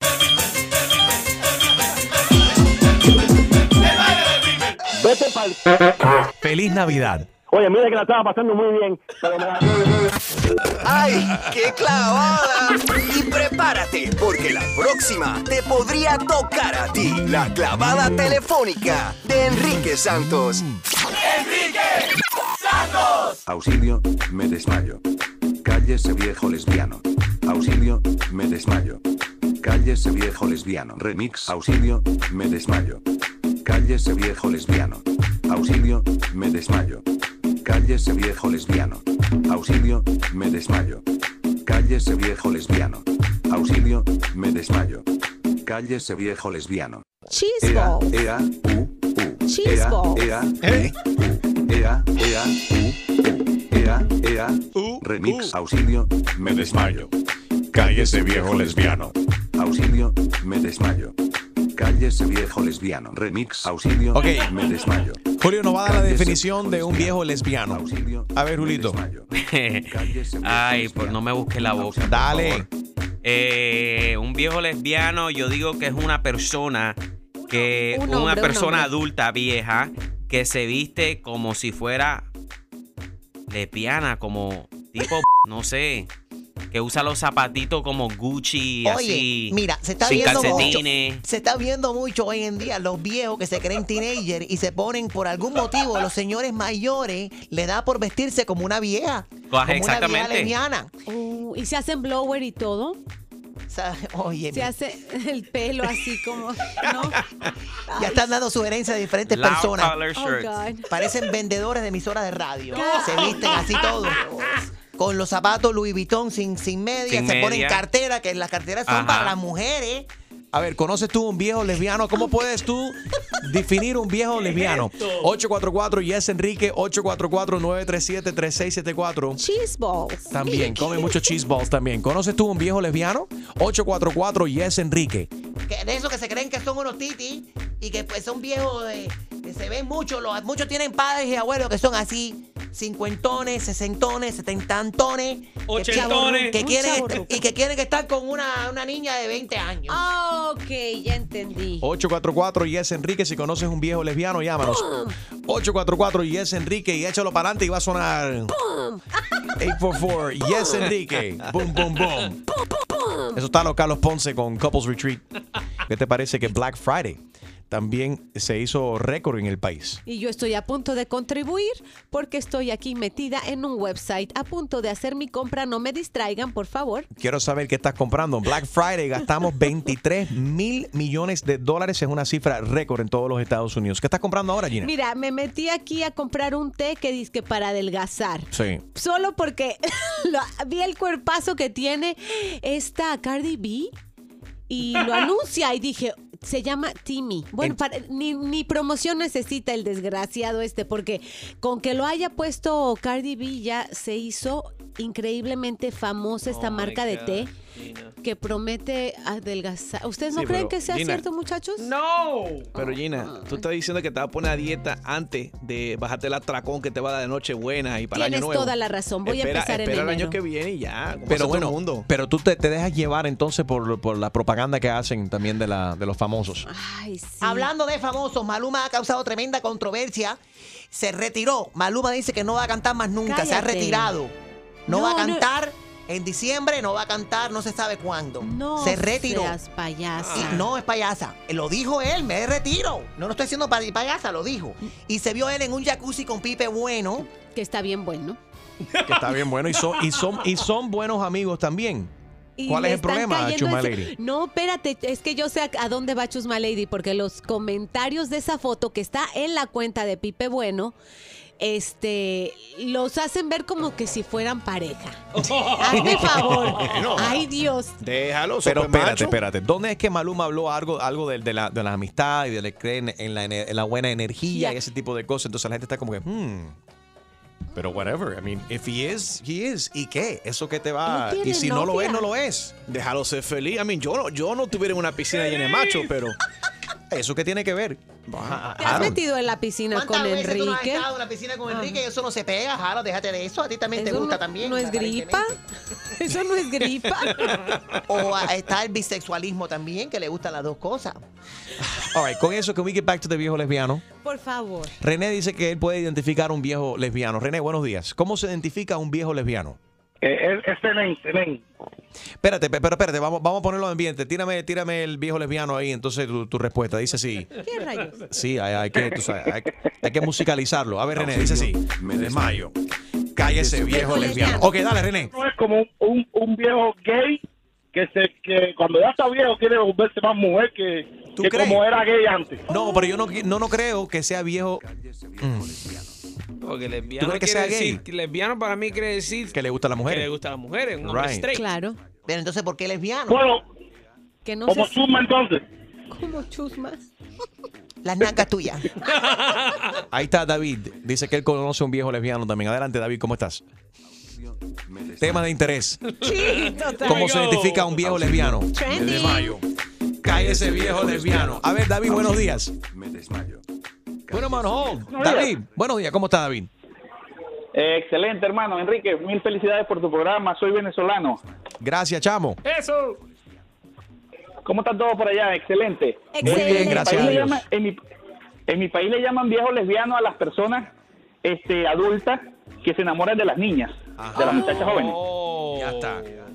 K: Vete pa'l...
A: Feliz Navidad.
K: Oye, mira que la estaba pasando muy bien, pero me la...
G: ¡Ay, qué clavada! Y prepárate, porque la próxima te podría tocar a ti la clavada telefónica de Enrique Santos.
L: ¡Enrique Santos!
S: Auxilio, me desmayo. Cállese viejo lesbiano. Auxilio, me desmayo. Cállese viejo lesbiano. Remix. Auxilio, me desmayo. Cállese viejo lesbiano. Auxilio, me desmayo. Cállese viejo lesbiano. Auxilio, me desmayo. Cállese viejo lesbiano. Auxilio, me desmayo. Cállese viejo lesbiano. Ea,
K: Cheeseball.
S: ea, u, u.
K: Cheeseball.
S: Ea, ea, u, ea, ea, u, u. Ea, ea, u. Remix. Auxilio, me desmayo. Cállese viejo lesbiano. Auxilio, me desmayo. Cállese viejo lesbiano. Remix. Auxilio, me desmayo.
A: Julio nos va a dar la definición de un viejo lesbiano. A ver, Julito.
C: Ay, pues no me busque la boca. Eh,
A: Dale.
C: un viejo lesbiano, yo digo que es una persona que
N: Un
C: una
N: hombre, un
C: persona
N: hombre.
C: adulta vieja que se viste como si fuera lesbiana, como tipo, no sé, que usa los zapatitos como Gucci,
D: Oye,
C: así,
D: mira, se está
C: sin
D: viendo
C: calcetines.
D: mucho. Se está viendo mucho hoy en día los viejos que se creen teenager y se ponen por algún motivo, los señores mayores le da por vestirse como una vieja.
C: Ajá,
D: como Una
C: exactamente.
D: vieja lesbiana.
B: Uh, y se hacen blower y todo.
D: Oye,
B: se hace el pelo así como. ¿no?
D: Ya están dando sugerencias de diferentes
C: Loud
D: personas.
C: color Oh, shirts. God.
D: Parecen vendedores de emisoras de radio.
C: God.
D: Se visten así todo. Con los zapatos Louis Vuitton sin, sin media,
A: Sin
D: se ponen
A: media.
D: cartera, que las carteras son
A: Ajá.
D: para las mujeres.
A: A ver, ¿conoces tú un viejo lesbiano? ¿Cómo puedes tú definir un viejo lesbiano? 844 Yes Enrique, 844-937-3674.
B: Cheese balls.
A: También, come mucho cheese balls también. ¿Conoces tú un viejo lesbiano? 844 Yes Enrique.
D: Que de esos que se creen que son unos titis y que pues son viejos, de- que se ven mucho, los, muchos tienen padres y abuelos que son así, cincuentones, sesentones, setentantones, que-
F: Ochentones.
D: que
F: Un
D: quieren,
F: chaborruco.
D: y que quieren estar con una, una niña de 20 años.
B: Ah, ok, ya entendí.
A: 844 Yes Enrique, si conoces un viejo lesbiano, llámanos. 844 Yes Enrique y échalo para adelante y va a sonar 844 Yes Enrique. Boom, boom, boom. Eso está lo Carlos Ponce con Couples Retreat. ¿Qué te parece que Black Friday también se hizo récord en el país?
B: Y yo estoy a punto de contribuir porque estoy aquí metida en un website a punto de hacer mi compra. No me distraigan, por favor.
A: Quiero saber qué estás comprando. En Black Friday gastamos 23 mil millones de dólares. Es una cifra récord en todos los Estados Unidos. ¿Qué estás comprando ahora, Gina?
B: Mira, me metí aquí a comprar un té que dice que para adelgazar.
A: Sí.
B: Solo porque lo- vi el cuerpazo que tiene esta Cardi B y lo anuncia y dije, se llama Timmy. Bueno, para- ni, ni promoción necesita el desgraciado este porque con que lo haya puesto Cardi B ya se hizo increíblemente famosa esta
F: Oh my
B: marca de
F: God,
B: té
F: Gina.
B: que promete adelgazar. ¿Ustedes no
E: Sí,
B: creen
E: pero,
B: que sea
E: Gina,
B: cierto, muchachos? No.
E: Pero Gina, tú estás diciendo que te vas a poner a dieta antes de bajarte el atracón que te va a dar de Nochebuena y para el
B: Tienes
E: año nuevo.
B: toda la razón. Voy a
E: Espera-
B: empezar en
E: espera el
B: enero.
E: año que viene y ya. como hace
A: Pero
E: todo el
A: bueno,
E: mundo.
A: pero tú te, te dejas llevar entonces por, por la propaganda que hacen también de, la, de los famosos.
D: Hablando de famosos, Maluma ha causado tremenda controversia. Se retiró. Maluma dice que no va a cantar más nunca. Se ha
B: Cállate.
D: retirado. No, va a
B: No, no.
D: cantar en diciembre, no va a cantar, no se sabe cuándo.
B: No
D: se retiró.
B: seas payasa.
D: Y no es payasa. Lo dijo él, me retiro. No lo estoy haciendo pa- payasa, lo dijo. Y se vio él en un jacuzzi con Pipe Bueno.
B: Mm. Que está bien bueno.
A: Que está bien bueno y son, y son, y son buenos amigos también.
B: Y
A: ¿Cuál
B: le
A: es el
B: están
A: problema,
B: cayendo
A: Chuma
B: encima.
A: Lady?
B: No, espérate, es que yo sé a, a dónde va Chusma Lady, porque los comentarios de esa foto que está en la cuenta de Pipe Bueno, este, los hacen ver como que si fueran pareja. Hazme favor.
A: Bueno.
B: Ay, Dios.
A: Déjalo,
E: súper
A: Pero espérate,
E: macho.
A: espérate. ¿Dónde es que Maluma habló algo, algo de, de la, de la amistad y de la, creen en, la, en la buena energía y ese tipo de cosas? Entonces la gente está como que, hmm. Pero whatever, I mean, if he is, he is. ¿Y qué? Eso que te va. Y si no lo es, no lo es.
E: Déjalo ser feliz. A mí, yo no, yo no estuviera en una piscina llena de macho, pero.
A: ¿Eso qué tiene que ver?
B: ¿Te has metido en la piscina con
D: ¿Cuántas veces tú no has
B: Enrique? Ah.
D: estado en la piscina con Enrique? Eso no se pega, jalo, déjate de eso. A ti también te
B: Eso
D: gusta
B: no-
D: también.
B: ¿No es gripa? ¿Eso no es gripa?
D: O ah, está el bisexualismo también, que le gustan las dos cosas.
A: All right, con eso, can we get back to the viejo lesbiano?
B: Por favor.
A: René dice que él puede identificar un viejo lesbiano. René, buenos días. ¿Cómo se identifica un viejo lesbiano?
I: Eh, excelente, ven.
A: Espérate, pe- pero espérate, vamos, vamos a ponerlo en ambiente. Tírame, tírame el viejo lesbiano ahí, entonces tu, tu respuesta. Dice sí.
B: ¿Qué rayos?
A: Sí, hay, hay que, tú sabes, hay, hay que musicalizarlo. A ver, René, dice sí. Me desmayo. Cállese, viejo lesbiano. Ok, dale, René.
I: No es como un, un, un viejo gay que se que Eh, cuando ya está viejo quiere volverse más mujer que,
A: ¿Tú
I: que
A: crees?
I: como era gay antes.
A: No, pero yo no, no, no creo que sea viejo. Mm.
F: Porque lesbiano
A: crees que
F: quiere
A: sea gay?
F: decir, lesbiano para mí quiere decir
A: Que le gusta a las
F: que
A: mujeres.
F: le gusta a las mujeres, un hombre
A: Right.
F: straight.
B: Claro.
D: Pero entonces, ¿por qué lesbiano?
I: Bueno,
B: Que no
I: como
B: se-
I: Zuma entonces.
B: Como chusma.
D: Las nacas tuyas.
A: Ahí está David. Dice que él conoce a un viejo lesbiano también. Adelante, David, ¿cómo estás? Tema de interés. ¿Cómo se identifica un viejo lesbiano?
S: Trendy.
A: Desmayo. Cállese, viejo lesbiano. A ver, David, buenos días.
S: Me desmayo.
A: Bueno,
S: Oh.
A: Manojón, David, buenos días, ¿cómo está David?
L: Eh, excelente, hermano. Enrique, mil felicidades por tu programa. Soy venezolano.
A: Gracias, chamo.
L: Eso. ¿Cómo está todo por allá? Excelente.
A: Muy bien,
L: En mi
A: gracias a
L: país le
A: Dios.
L: llaman- en, mi, en mi país le llaman viejo lesbiano a las personas este, adultas que se enamoran de las niñas, de las muchachas jóvenes.
A: Ya está. Oh.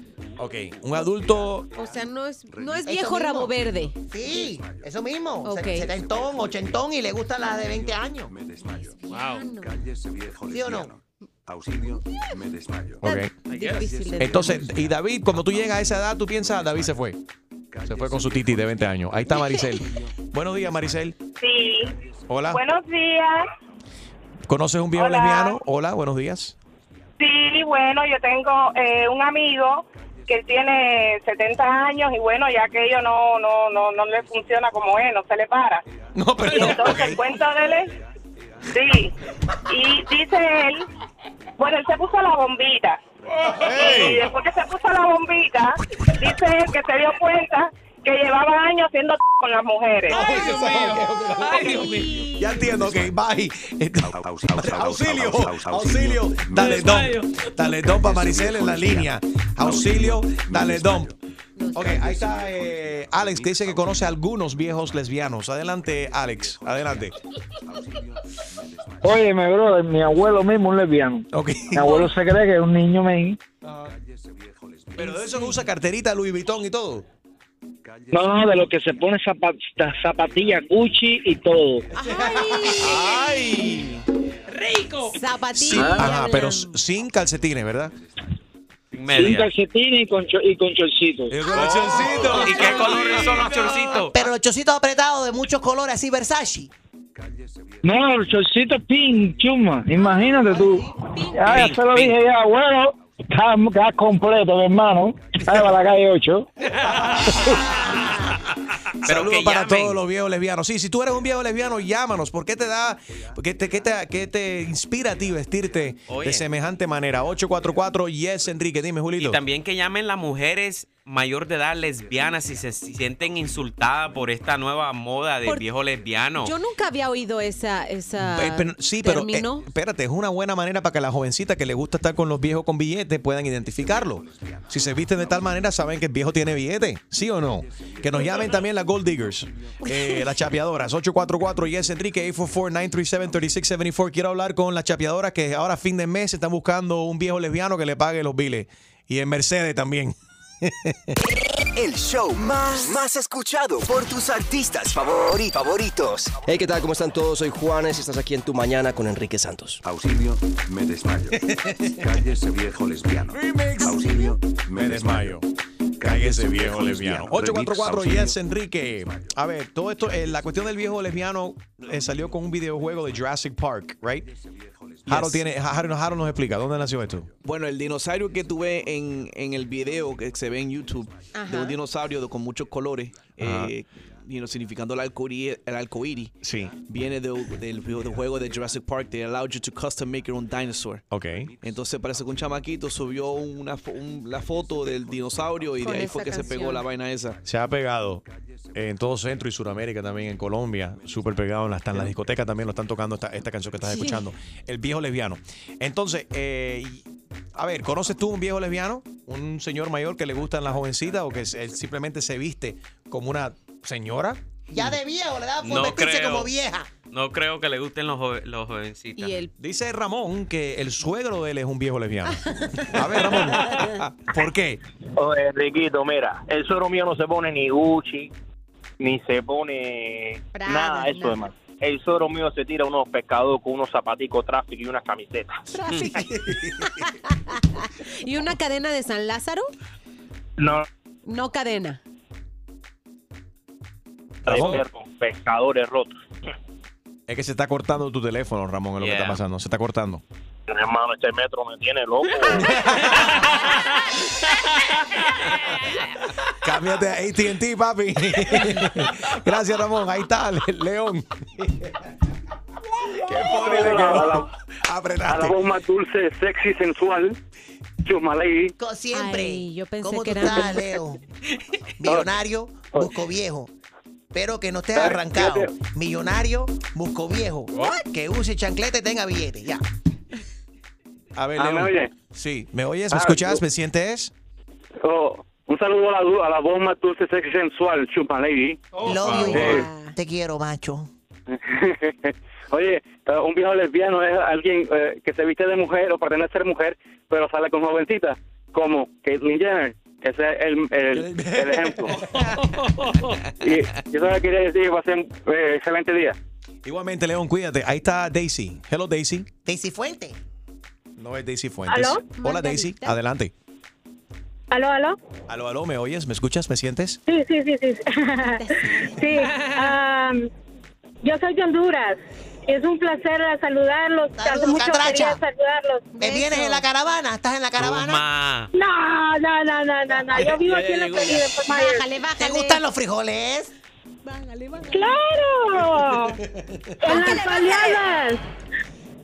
A: Ok, un adulto.
B: O sea, no es, no es
D: Eso
B: viejo
D: mismo.
B: rabo verde.
D: Sí, eso mismo.
B: Ok.
D: Se- Setentón, ochentón y le gusta la de 20 años.
S: Me desmayo.
D: Wow.
S: Cállese viejo
D: ¿Sí o no?
S: lesbiano. Auxilio, me desmayo.
A: Ok.
S: Difícil de-
A: Entonces, y David, cuando tú llegas a esa edad, tú piensas, David se fue. Se fue con su titi de 20 años. Ahí está Maricel. Buenos días, Maricel.
H: Sí.
A: Hola.
H: Buenos días.
A: ¿Conoces un viejo
H: Hola.
A: lesbiano? Hola, buenos días.
H: Sí, bueno, yo tengo eh, un amigo que él tiene 70 años y bueno, ya que ello no, no, no, no le funciona como él, no se le para.
A: No,
H: pero entonces el cuento de él es- Sí. Y dice él, bueno, él se puso la bombita. Y después que se puso la bombita, dice él que se dio cuenta que llevaba años siendo con las mujeres.
A: Ya entiendo, ok, bye. Auxilio, auxilio, dale
H: desmayo.
A: don. Dale don para Maricel en la línea. Auxilio, dale don. Ok, ahí está eh, Alex que dice que conoce a algunos viejos lesbianos. Adelante, Alex, adelante.
J: Óyeme, bro, mi abuelo mismo es un lesbiano. Mi abuelo se cree que es un niño meí.
A: Pero de eso que usa carterita Louis Vuitton y todo.
J: No, no, de lo que se pone zapa- zapatilla Gucci y todo.
A: ¡Ay!
B: ¡Rico! Zapatillas.
A: Sí, Ah. ajá, pero s- sin calcetines, ¿verdad?
J: Sin calcetines y con, cho- y con chorcitos.
D: Ah.
C: ¿Y qué colores son los chorcitos?
D: Pero los chorcitos apretados de muchos colores, así Versace.
J: No, el chorcito pin, chuma. Imagínate tú. Ah, Ya,
D: Pin,
J: se lo
D: pin.
J: dije ya, abuelo. Está, está completo, mi hermano. Ahí va la calle 8.
A: Saludos para todos los viejos lesbianos. Sí, si tú eres un viejo lesbiano, llámanos. ¿Por qué te da, qué te, qué te, qué te inspira a ti vestirte
C: Oye.
A: de semejante manera? 844 Yes Enrique, dime Julito.
C: Y también que llamen las mujeres mayor de edad lesbianas si se sienten insultadas por esta nueva moda de
B: Por-
C: viejo lesbiano.
B: Yo nunca había oído esa, esa
A: Eh, pero- sí, pero eh,
B: término.
A: espérate, es una buena manera para que las jovencitas que les gusta estar con los viejos con billetes puedan identificarlo. Si se visten de tal manera, saben que el viejo tiene billete, ¿sí o no? Que nos llamen también las Gold Diggers, eh, las chapeadoras. 844 Yes Enrique, 844-937-3674. Quiero hablar con las chapeadoras que ahora a fin de mes están buscando un viejo lesbiano que le pague los biles. Y en Mercedes también.
G: El show más, más escuchado por tus artistas favori- favoritos.
Y: Hey, ¿qué tal? ¿Cómo están todos? Soy Juanes y estás aquí en Tu Mañana con Enrique Santos.
S: Auxilio, me desmayo. Cállese viejo lesbiano. Auxilio, me desmayo. Cállese viejo lesbiano.
A: 844
S: Remix,
A: Yes Enrique. A ver, todo esto, eh, la cuestión del viejo lesbiano eh, salió con un videojuego de Jurassic Park, right? Harold tiene, Harold, Harold nos explica dónde nació esto.
E: Bueno, el dinosaurio que tuve en, en el video que se ve en YouTube, de un dinosaurio de- con muchos colores,
A: Ajá.
E: eh, you know, significando el arcoíris, el arcoíris,
A: sí.
E: viene de- del videojuego de Jurassic Park, they allowed you to custom make your own dinosaur.
A: Ok.
E: Entonces parece que un chamaquito subió una, fo- un- la foto del dinosaurio y
A: Con
E: de ahí
A: esa
E: fue que se pegó
A: canción.
E: la vaina esa.
A: Se ha pegado en todo Centro y Sudamérica, también en Colombia, súper pegado. en las- Hasta en las discotecas también lo están tocando esta, esta canción que estás
E: Sí.
A: escuchando. El viejo lesbiano. Entonces, eh, y- a ver, ¿conoces tú un viejo lesbiano? ¿Un señor mayor que le gustan las jovencitas o que s- él simplemente se viste como una señora?
D: Ya de viejo, le da por
C: No
D: vestirse
C: creo.
D: como vieja.
C: No creo que le gusten los, jove- los jovencitas.
A: Dice Ramón que el suegro de él es un viejo lesbiano. A ver, Ramón, ¿por qué?
J: Oye, Enriquito, mira, el suero mío no se pone ni Gucci, ni se pone nada de eso, demás. El suero mío se tira unos pescados con unos zapaticos tráfico y unas camisetas.
B: ¿Y una cadena de San Lázaro?
J: No,
B: No cadena.
J: de perro, pescadores rotos.
A: Es que se está cortando tu teléfono, Ramón, es lo que está pasando. Se está cortando.
J: Mi hermano, este metro me tiene loco.
A: Cámbiate a ATT, papi. Gracias, Ramón. Ahí está, Le- León. Qué pobre le
Z: A
A: quedó.
Z: la- A la voz más dulce, sexy, sensual. Chusma Lady.
D: Co- Siempre.
B: Ay, yo pensé
D: ¿Cómo
B: que
D: tú
B: era-
D: estás, Leo? Millonario, busco viejo. Espero que no estés arrancado. Millonario, busco viejo.
C: Oh.
D: Que use chancleta y tenga billete. Ya.
A: A ver,
J: Ah,
A: Leo.
J: ¿me oye?
A: Sí, ¿me oyes? ¿Me
J: Ah,
A: escuchas?
J: yo-
A: ¿Me sientes?
J: Oh, un saludo a la, du- a la voz más dulce, sexy, sensual, chupa lady.
C: Oh,
D: Love you.
J: Eh,
D: Te quiero, macho.
J: Oye, eh, un viejo lesbiano es alguien eh, que se viste de mujer o pretende ser mujer, pero sale con jovencitas, como Caitlyn Jenner. Ese es el, el- el ejemplo. y y eso le quería decir, va a ser eh, excelente día.
A: Igualmente, León, cuídate. Ahí está Daisy. Hello, Daisy.
D: Daisy Fuente.
A: No es Daisy Fuentes.
H: ¿Aló?
A: Hola, Daisy. Adelante.
H: ¿Aló, aló?
A: Aló, aló, ¿me oyes? ¿Me escuchas? ¿Me sientes?
H: Sí, sí, sí, sí. sí. am, yo soy de Honduras. Es un placer saludarlos. Hace mucho quería saludarlos.
D: ¿Me vienes en la caravana? ¿Estás en la caravana?
H: No, no, no, no, no, no. Yo vivo aquí en la pues, Florida. por Myers.
D: ¿Te gustan los frijoles?
H: ¡Claro! ¡En las paleadas!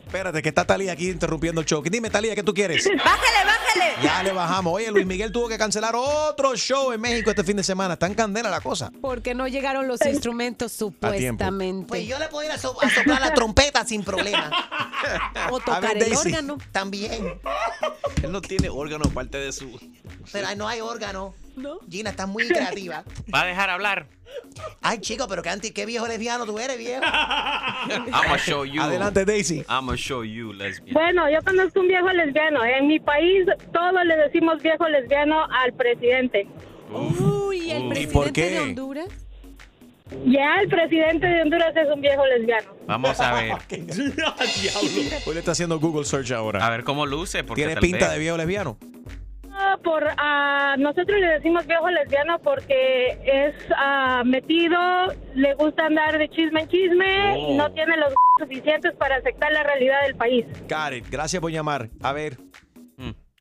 A: Espérate, que está Talía aquí interrumpiendo el show. Dime, Talía, ¿qué tú quieres?
H: ¡Bájale, bájale!
A: Ya le bajamos. Oye, Luis Miguel tuvo que cancelar otro show en México este fin de semana. Está en candela la cosa.
B: Porque no llegaron los instrumentos supuestamente.
D: Pues yo le puedo ir a, so- a soplar la trompeta sin problema.
B: O tocar
E: ver,
B: el
E: Daisy.
B: órgano.
D: También.
E: Él no tiene órgano aparte de su.
D: Pero ahí no hay órgano. Gina, estás muy creativa.
C: Va a dejar hablar.
D: Ay, chico, pero qué, anti, qué viejo lesbiano tú eres, viejo.
C: I'ma show you.
A: Adelante, Daisy.
C: I'ma show you, lesbian.
H: Bueno, yo conozco un viejo lesbiano. En mi país todos le decimos viejo lesbiano al presidente.
B: Uy, el
A: ¿Y
B: presidente
A: por qué?
B: de Honduras.
H: Ya el presidente de Honduras es un viejo lesbiano.
C: Vamos a ver.
A: Hoy le está haciendo Google search ahora.
C: A ver cómo luce. Porque
A: Tiene
C: tal
A: pinta
C: vez-
A: de viejo lesbiano.
H: Ah, Por ah, nosotros le decimos viejo lesbiano porque es ah, metido, le gusta andar de chisme en chisme y no tiene los suficientes para aceptar la realidad del país.
A: Karen, gracias por llamar. A ver.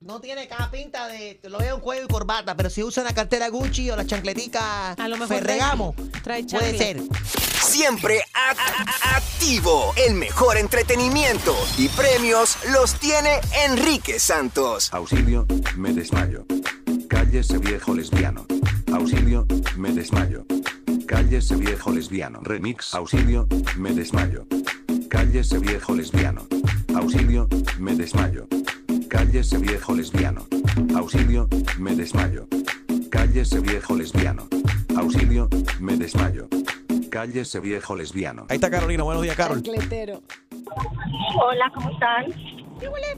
D: No tiene cada pinta de. Te lo veo en cuello y corbata, pero si usa la cartera Gucci o la chancletica Ferragamo, puede ser.
G: Siempre a- a- activo. El mejor entretenimiento y premios los tiene Enrique Santos.
S: Auxilio, me desmayo. Cállese viejo lesbiano. Auxilio, me desmayo. Cállese viejo lesbiano. Remix. Auxilio, me desmayo. Cállese viejo lesbiano. Auxilio, me desmayo. Cállese viejo lesbiano. Auxilio, me desmayo. Cállese viejo lesbiano. Auxilio, me desmayo. Cállese viejo lesbiano.
A: Ahí está Carolina. Buenos días, Carol.
H: Hola, ¿cómo están?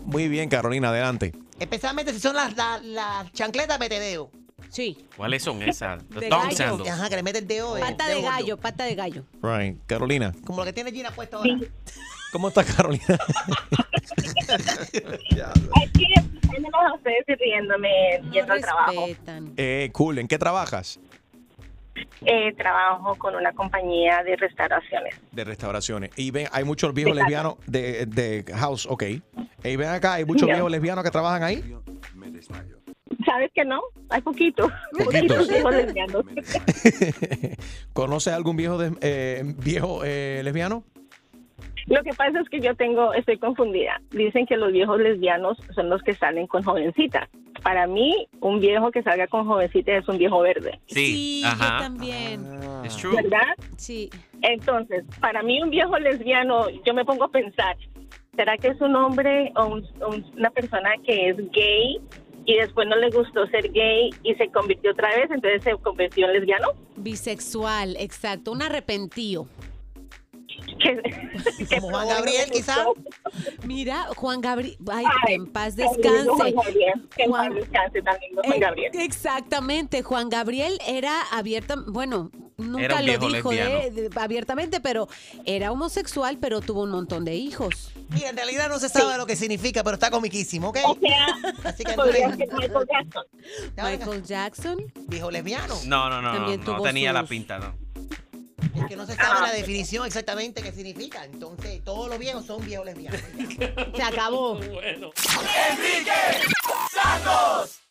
A: Muy bien, Carolina. Adelante.
D: Especialmente si son las, las, las chancletas petedeo.
B: Sí.
C: ¿Cuáles son esas?
D: De
C: Tom
D: gallo.
C: Sandals.
D: Ajá, que le mete el dedo. eh,
B: Pata
D: dedo
B: de
D: gordo.
B: gallo, pata de gallo.
A: Right. Carolina.
D: Como lo que tiene Gina puesto ahora.
A: ¿Cómo está Carolina?
H: Aquí tenemos a ustedes sirviéndome
B: yendo al trabajo.
A: eh, cool. ¿En qué trabajas?
H: Eh, trabajo con una compañía de restauraciones.
A: De restauraciones. Y ven, hay muchos viejos
H: De casa.
A: lesbianos de, de house, ok. Y ven acá, hay muchos
H: Ya.
A: viejos lesbianos que trabajan ahí.
H: ¿Sabes que no? Hay poquitos.
A: Poquitos.
H: Poquitos hijos lesbianos.
A: ¿Conoce a algún viejo de- eh, viejo eh, lesbiano?
H: Lo que pasa es que yo tengo, estoy confundida. Dicen que los viejos lesbianos son los que salen con jovencitas. Para mí, un viejo que salga con jovencitas es un viejo verde.
C: Sí,
H: yo
C: ajá.
B: También.
C: It's true.
H: ¿Verdad?
B: Sí.
H: Entonces, para mí un viejo lesbiano, yo me pongo a pensar, ¿será que es un hombre o un- o un- una persona que es gay y después no le gustó ser gay y se convirtió otra vez, entonces se convirtió en lesbiano?
B: Bisexual, exacto. Un arrepentío.
D: Como Juan Gabriel, quizá.
B: Mira, Juan Gabriel. Ay,
H: Ay,
B: que en paz
H: qué lindo
B: descanse.
H: Juan Gabriel, que en paz
B: Juan-
H: descanse también, Juan
B: Eh,
H: Gabriel.
B: Exactamente, Juan Gabriel era abierta, bueno,
H: Era
B: nunca
H: un
B: lo
H: viejo
B: dijo eh, de-
H: lesbiano.
B: de- abiertamente, pero era homosexual, pero tuvo un montón de hijos.
D: Mira, en realidad no se sabe lo que significa, pero está comiquísimo, ¿ok?
H: O sea,
D: Así que
H: podría
D: no le-
H: ser Michael Jackson.
B: Michael Jackson.
D: Viejo lesbiano.
C: No, no, no, no,
D: También
C: no
D: tuvo
C: tenía
D: sus-
C: la pinta, no.
D: Es que no se
H: Ah.
D: sabe la definición exactamente qué significa. Entonces, todos los viejos son
A: Uh.
D: viejos lesbianos.
B: Se acabó.
H: Bueno.
J: Enrique Santos.